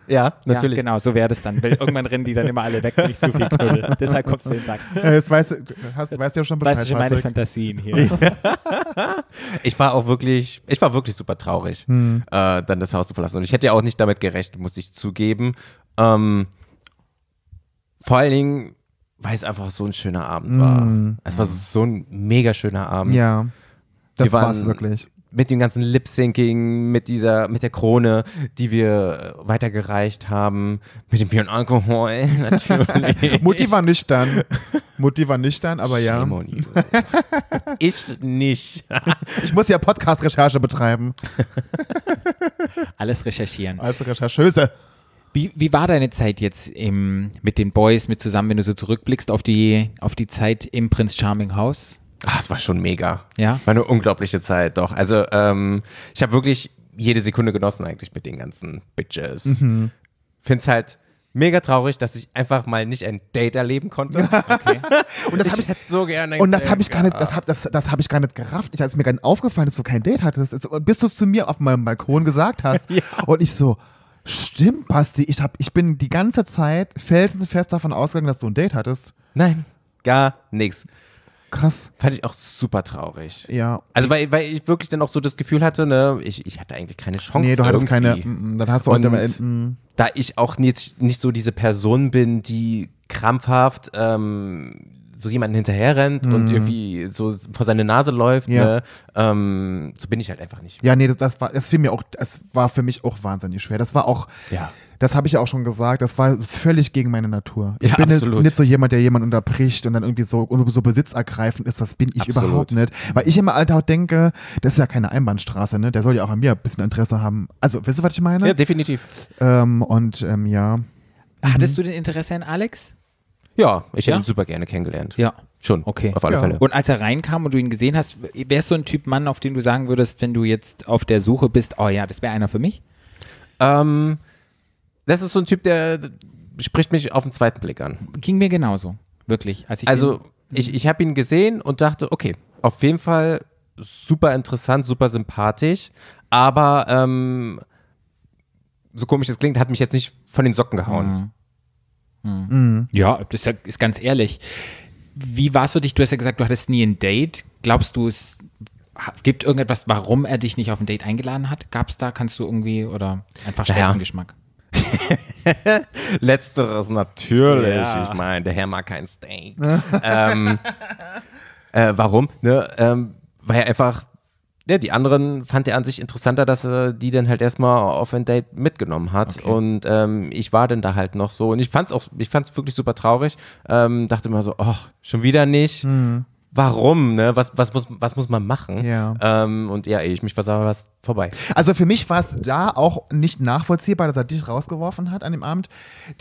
Ja, natürlich. Ja, genau, so wäre das dann, weil irgendwann rennen die dann immer alle weg, wenn ich zu viel knuddel. Deshalb kommst du in den Sack. äh, jetzt weißt du, hast, du weißt ja schon Bescheid, Weißt du schon meine Patrick. Fantasien hier? Ich war auch wirklich, ich war wirklich super traurig, Hm. äh, dann das Haus zu verlassen. Und ich hätte ja auch nicht damit gerechnet, muss ich zugeben. Ähm, vor allen Dingen, weil es einfach so ein schöner Abend war. Es war so ein mega schöner Abend. Hm. Ja, das Wir waren- war's wirklich. Mit dem ganzen Lip-Syncing, mit dieser, mit der Krone, die wir äh, weitergereicht haben, mit dem Bier und Alkohol, natürlich. Mutti war nüchtern. Mutti war nüchtern, aber ja. Shame on you. Ich nicht. Ich muss ja Podcast-Recherche betreiben. Alles recherchieren. Als Rechercheuse. Wie, wie war deine Zeit jetzt im, mit den Boys, mit zusammen, wenn du so zurückblickst auf die, auf die Zeit im Prinz Charming Haus? Ah, es war schon mega. Ja. War eine unglaubliche Zeit, doch. Also, ähm, ich habe wirklich jede Sekunde genossen eigentlich mit den ganzen Bitches. Mhm. Find's halt mega traurig, dass ich einfach mal nicht ein Date erleben konnte. Und das hab ich- hätte so gerne Und das gesehen habe ich gar nicht, das gehabt. hab, das, das hab ich gar nicht gerafft. Ich, als mir gar nicht aufgefallen, dass du kein Date hattest, ist, und bis du es zu mir auf meinem Balkon gesagt hast. Und ich so, stimmt, Basti, ich, hab, ich bin die ganze Zeit felsenfest davon ausgegangen, dass du ein Date hattest. Nein, gar nichts. Krass. Fand ich auch super traurig. Ja. Also, weil, weil ich wirklich dann auch so das Gefühl hatte, ne, ich, ich hatte eigentlich keine Chance. Nee, du hattest keine. irgendwie. mm, mm, Dann hast du Und- heute mal. Mhm. mm. da ich auch nicht, nicht so diese Person bin, die krampfhaft ähm, so jemanden hinterherrennt Mhm. und irgendwie so vor seine Nase läuft, Ja. ne? ähm, so bin ich halt einfach nicht. Ja, nee, das, das war, das fiel mir auch, das war für mich auch wahnsinnig schwer. Das war auch, Ja. das habe ich ja auch schon gesagt, das war völlig gegen meine Natur. Ich Ja, bin jetzt absolut. nicht so jemand, der jemanden unterbricht und dann irgendwie so, und so besitzergreifend ist, das bin ich Absolut. überhaupt nicht. Weil ich immer Alter denke, das ist ja keine Einbahnstraße, ne? Der soll ja auch an mir ein bisschen Interesse haben. Also, wisst ihr, was ich meine? Ja, definitiv. Ähm, und ähm, ja. Hattest du den Interesse an Alex? Ja, ich Ja? hätte ihn super gerne kennengelernt. Ja. Schon. Okay. Auf alle Ja. Fälle. Und als er reinkam und du ihn gesehen hast, wärst du ein Typ Mann, auf den du sagen würdest, wenn du jetzt auf der Suche bist, oh ja, das wäre einer für mich? Ähm, das ist so ein Typ, der spricht mich auf den zweiten Blick an. Ging mir genauso. Wirklich. Als ich Also ich, ich habe ihn gesehen und dachte, okay, auf jeden Fall super interessant, super sympathisch, aber ähm, so komisch es klingt, hat mich jetzt nicht von den Socken gehauen. den, ja, das ist ja- ist ganz ehrlich. Wie war es für dich? Du hast ja gesagt, du hattest nie ein Date. Glaubst du, es ha- gibt irgendetwas, warum er dich nicht auf ein Date eingeladen hat? Gab es da, kannst du irgendwie, oder einfach schlechten Naja. Geschmack? Letzteres natürlich. Ja. Ich meine, der Herr mag kein Steak. ähm, äh, warum? Ne? Ähm, weil er einfach, ja, die anderen fand er an sich interessanter, dass er die dann halt erstmal auf ein Date mitgenommen hat. Okay. Und ähm, ich war dann da halt noch so. Und ich fand's auch, ich fand's wirklich super traurig. Ähm, dachte mir so, oh, schon wieder nicht. Warum, ne? Was, was, muss, was muss man machen? Hm. Ja. Ähm, und ja, ehe ich mich versah, war es vorbei. Also für mich war es da auch nicht nachvollziehbar, dass er dich rausgeworfen hat an dem Abend.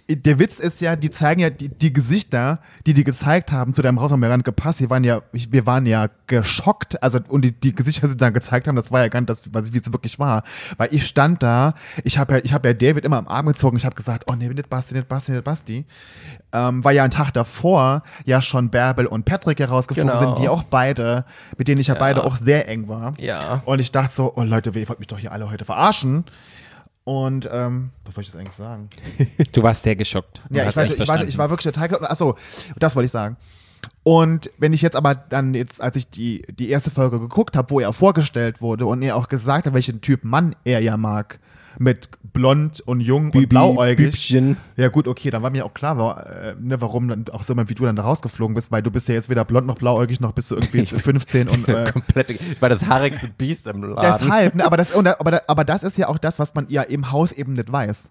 Der Witz ist ja, die zeigen ja die, die Gesichter, die die gezeigt haben zu deinem Haus am Rand gepasst. Wir waren ja, ich- wir waren ja geschockt. Also und die, die Gesichter, die sie dann gezeigt haben, das war ja gar nicht das, was- wie es wirklich war. Weil ich stand da, ich habe ja, ich habe ja David immer am Arm gezogen. Ich habe gesagt, oh nee, nicht Basti, nicht Basti, nicht Basti. Ähm, weil ja ein Tag davor ja schon Bärbel und Patrick herausgefunden Genau. sind, die auch beide, mit denen ich ja, beide auch sehr eng war. Ja. Und ich dachte so, oh Leute, ihr wollt mich doch hier alle heute verarschen. Und, ähm, was wollte ich jetzt eigentlich sagen? Du warst sehr geschockt. und Ja, hast ich war, nicht ich, war, verstanden. ich war wirklich total geglaubt. Achso, das wollte ich sagen. Und wenn ich jetzt aber dann jetzt, als ich die, die erste Folge geguckt habe, wo er vorgestellt wurde und er auch gesagt hat, welchen Typ Mann er ja mag, mit blond und jung und blauäugig. Bübchen. Ja gut, okay, dann war mir auch klar, wa- äh, ne, warum dann auch so jemand wie du dann da rausgeflogen bist, weil du bist ja jetzt weder blond noch blauäugig, noch bist du irgendwie 15 und äh, Komplett, ich war das haarigste Biest im Laden. Deshalb, ne, aber, das, und, aber, aber das ist ja auch das, was man ja im Haus eben nicht weiß.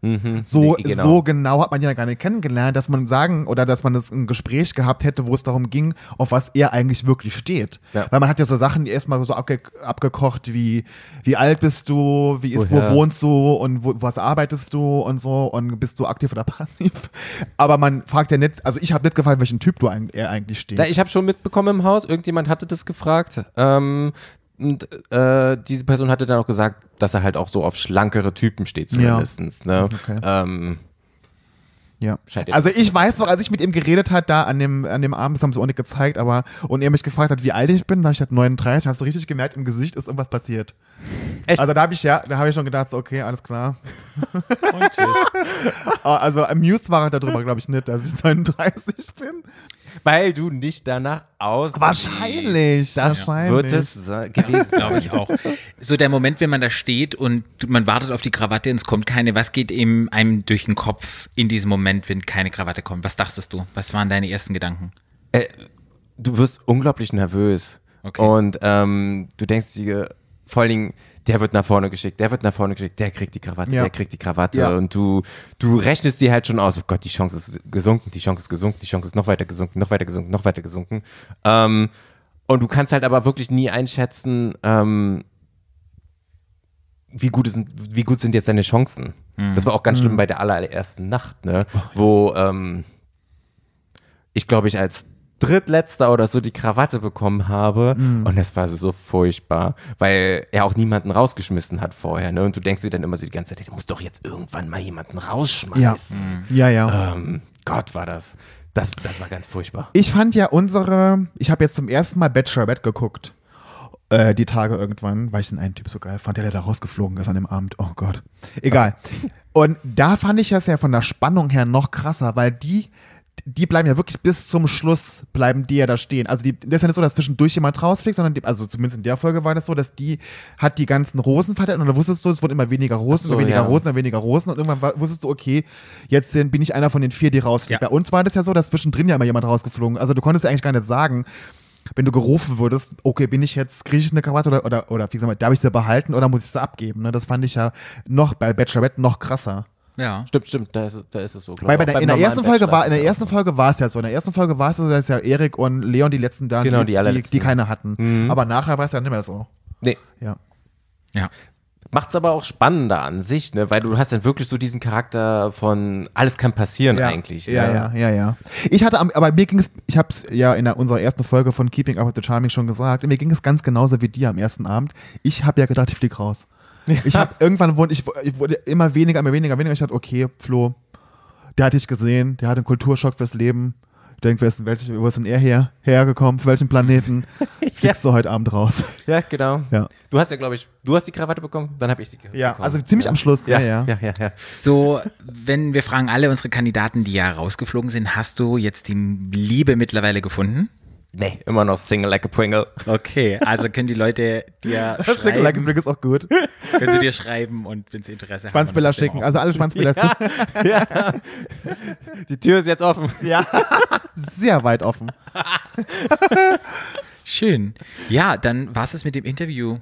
So, Nee, genau. so genau hat man ja gar nicht kennengelernt, dass man sagen oder dass man das ein Gespräch gehabt hätte, wo es darum ging, auf was er eigentlich wirklich steht. Ja. Weil man hat ja so Sachen erstmal so abge abgekocht wie, wie alt bist du, wie ist, wo Woher? wohnst du und wo, was arbeitest du und so und bist du aktiv oder passiv. Aber man fragt ja nicht, also ich habe nicht gefragt, welchen Typ du eig- er eigentlich steht. Na, ich habe schon mitbekommen im Haus, irgendjemand hatte das gefragt. Ähm, und äh, diese Person hatte dann auch gesagt, dass er halt auch so auf schlankere Typen steht, Ja. zumindest. Ne? Okay. Ähm, Ja. Scheint jetzt- Also ich weiß noch, als ich mit ihm geredet hat, da an dem, an dem Abend, das haben sie auch nicht gezeigt, aber und er mich gefragt hat, wie alt ich bin, da habe ich gesagt 39, hast du richtig gemerkt, im Gesicht ist irgendwas passiert. Echt? Also da habe ich ja, da habe ich schon gedacht, so, okay, alles klar. Ah, also amused war er darüber, glaube ich nicht, dass ich 39 bin. weil du nicht danach aus. Wahrscheinlich. Das wahrscheinlich. wird es sa- gewesen sein. glaube ich auch. So der Moment, wenn man da steht und man wartet auf die Krawatte und es kommt keine, was geht eben einem durch den Kopf in diesem Moment, wenn keine Krawatte kommt? Was dachtest du? Was waren deine ersten Gedanken? du wirst unglaublich nervös. Okay. Und ähm, du denkst dir, vor allen Dingen, der wird nach vorne geschickt, der wird nach vorne geschickt, der kriegt die Krawatte, Ja. der kriegt die Krawatte. Ja. Und du, du rechnest dir halt schon aus, oh Gott, die Chance ist gesunken, die Chance ist gesunken, die Chance ist noch weiter gesunken, noch weiter gesunken, noch weiter gesunken. Ähm, und du kannst halt aber wirklich nie einschätzen, ähm, wie gut, sind, wie gut sind jetzt seine Chancen. Mhm. Das war auch ganz schlimm bei der allerersten Nacht, ne? Oh, wo ähm, ich glaube ich als drittletzter oder so die Krawatte bekommen habe Mhm. und das war so furchtbar, weil er auch niemanden rausgeschmissen hat vorher, ne? Und du denkst dir dann immer so die ganze Zeit, du musst doch jetzt irgendwann mal jemanden Ja. rausschmeißen. Ja, ja. Ähm, Gott, war das. Das, das war ganz furchtbar. Ich fand ja unsere, ich habe jetzt zum ersten Mal Bachelorette geguckt. Äh, die Tage irgendwann, weil ich den einen Typ so geil fand, der da rausgeflogen ist an dem Abend. Oh Gott. Egal. Ah. Und da fand ich das ja von der Spannung her noch krasser, weil die, die bleiben ja wirklich bis zum Schluss, bleiben die ja da stehen. Also die, das ist ja nicht so, dass zwischendurch jemand rausfliegt, sondern die, also zumindest in der Folge war das so, dass die hat die ganzen Rosen verteilt und da wusstest du, es wurden immer weniger Rosen, Ach so, und weniger ja. Rosen, und weniger Rosen und irgendwann war, wusstest du, okay, jetzt sind, bin ich einer von den vier, die rausfliegt. Ja. Bei uns war das ja so, dass zwischendrin ja immer jemand rausgeflogen. Also du konntest ja eigentlich gar nicht sagen, wenn du gerufen würdest, okay, bin ich jetzt, kriege ich eine Krawatte oder, oder, oder wie gesagt, darf ich sie behalten oder muss ich sie abgeben? Ne? Das fand ich ja noch bei Bachelorette noch krasser. Ja. Stimmt, stimmt, da ist, da ist es so. glaub Weil ich. bei Auch der, beim in der normalen ersten Folge Bachelor war, in der ist es ersten Folge war es ja so. In der ersten Folge war es ja so, dass ja Erik und Leon die letzten da, Genau, die, die die, allerletzten. Mhm. die keine hatten. Aber nachher war es ja nicht mehr so. auch. Nee, Ja. Ja. Macht's aber auch spannender an sich, ne? weil du hast dann wirklich so diesen Charakter von alles kann passieren ja. eigentlich. Ja, ne? ja, ja, ja. Ich hatte, am- aber mir ging es, ich habe es ja in der, unserer ersten Folge von Keeping Up with the Charming schon gesagt, mir ging es ganz genauso wie dir am ersten Abend. Ich habe ja gedacht, ich flieg raus. Ich habe irgendwann wurde ich, ich wurde immer weniger, immer weniger, weniger. Ich dachte, okay, Flo, der hat dich gesehen, der hat einen Kulturschock fürs Leben. Ich denke, wer ist denn, welch, wo ist denn er her, hergekommen? Von welchem Planeten fliegst du heute Abend raus? Ja, genau. Ja. Du hast ja, glaube ich, du hast die Krawatte bekommen, dann habe ich die Krawatte Ja, bekommen. also ziemlich am Schluss. Ja, ja. ja, ja, ja. So, wenn wir fragen alle unsere Kandidaten, die ja rausgeflogen sind, hast du jetzt die Liebe mittlerweile gefunden? Nee, immer noch Single Like a Pringle. Okay, also können die Leute dir Das Single Like a Brick ist auch gut. können sie dir schreiben und wenn sie Interesse Schwanzbilder schicken, also alle Schwanzbilder zu. Die Tür ist jetzt offen. Ja. Sehr weit offen. Schön. Ja, dann war es mit dem Interview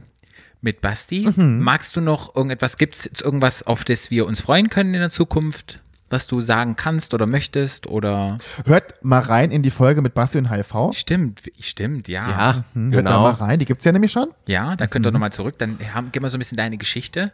mit Basti. Mhm. Magst du noch irgendetwas, gibt es jetzt irgendwas, auf das wir uns freuen können in der Zukunft, was du sagen kannst oder möchtest oder? Hört mal rein in die Folge mit Basti und HIV. Stimmt, stimmt, ja. Mhm. Ja, Hört da mal genau. rein, die gibt's ja nämlich schon. Ja, da könnt ihr nochmal zurück, dann haben, gehen wir so ein bisschen deine Geschichte,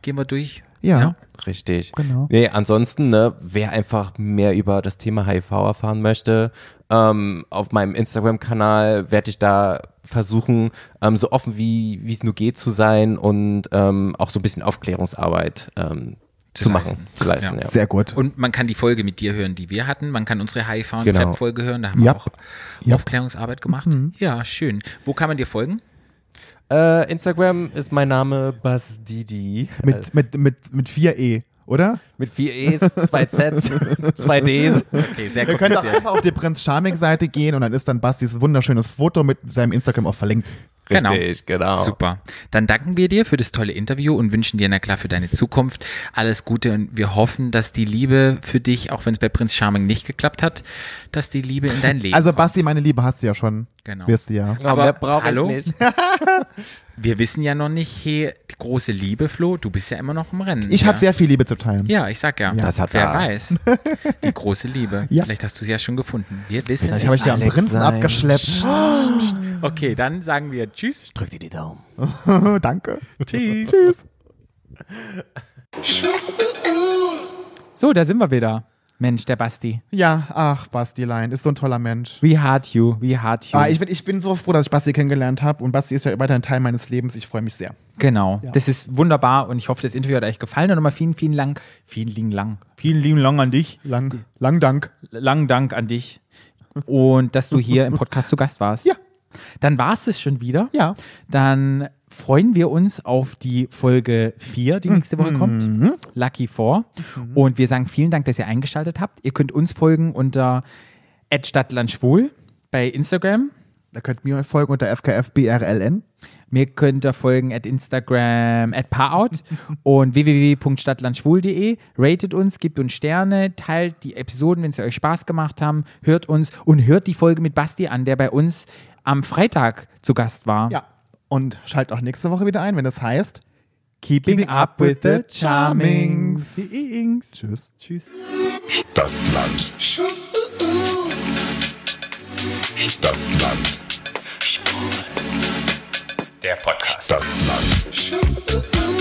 gehen wir durch. Ja. Richtig. Genau. Nee, ansonsten, ne, wer einfach mehr über das Thema HIV erfahren möchte, ähm, auf meinem Instagram-Kanal werde ich da versuchen, ähm, so offen wie wie es nur geht zu sein und ähm, auch so ein bisschen Aufklärungsarbeit ähm, zu, machen, leisten. zu leisten. Ja. Ja. Sehr gut. Und man kann die Folge mit dir hören, die wir hatten. Man kann unsere hiv und Genau. Rap folge hören. Da haben wir Yep. auch Yep. Mhm. Aufklärungsarbeit gemacht. Ja, schön. Wo kann man dir folgen? Äh, Instagram ist mein Name Basdidi. Äh, Mit, mit, mit, mit 4E, oder? mit vier E's, zwei Z's, zwei D's. Okay, sehr Ihr könnt auch einfach auf die Prinz Charming-Seite gehen und dann ist dann Bastis wunderschönes Foto mit seinem Instagram auch verlinkt. Genau. Richtig, genau. Super. Dann danken wir dir für das tolle Interview und wünschen dir, na klar, für deine Zukunft alles Gute. Und wir hoffen, dass die Liebe für dich, auch wenn es bei Prinz Charming nicht geklappt hat, dass die Liebe in dein Leben Also kommt. Basti, meine Liebe, hast du ja schon. Genau. Wirst du ja. Aber mehr brauch hallo? ich nicht. Wir wissen ja noch nicht, hey, die große Liebe, Flo, du bist ja immer noch im Rennen. Ich ja. habe sehr viel Liebe zu teilen. Ja, ich sag ja. Das hat Wer er. weiß. Die große Liebe. Ja. Vielleicht hast du sie ja schon gefunden. Wir wissen Jetzt es habe ich dir am alle. Alex Prinzen sein. abgeschleppt. Okay, dann sagen wir Tschüss. Drück dir die Daumen. Oh, danke. Tschüss. tschüss. So, da sind wir wieder. Mensch, der Basti. Ja, ach, Bastilein, ist so ein toller Mensch. We heart you. We heart you. Ah, ich, bin, ich bin so froh, dass ich Basti kennengelernt habe und Basti ist ja weiterhin Teil meines Lebens. Ich freue mich sehr. genau. Das ist wunderbar und ich hoffe, das Interview hat euch gefallen. Und nochmal vielen, vielen Dank. Vielen lieben Lang. Vielen lieben Lang an dich. Lang, lang Dank. Langen Dank an dich. Und dass du hier im Podcast zu Gast warst. Ja. Dann war es das schon wieder. Ja. Dann freuen wir uns auf die Folge 4, die nächste Woche kommt. Lucky 4. Und wir sagen vielen Dank, dass ihr eingeschaltet habt. Ihr könnt uns folgen unter @stadtlandschwul bei Instagram. Da könnt ihr mir folgen unter FKFBRLN. Mir könnt ihr folgen at Instagram, at Paarout und www.stadtlandschwul.de. Ratet uns, gebt uns Sterne, teilt die Episoden, wenn sie euch Spaß gemacht haben. Hört uns und hört die Folge mit Basti an, der bei uns am Freitag zu Gast war. Ja. Und schalt auch nächste Woche wieder ein, wenn das heißt Keeping up with the Charmings. Tschüss. Tschüss. Stadtland. Stadtland. Der Podcast. Stadtland.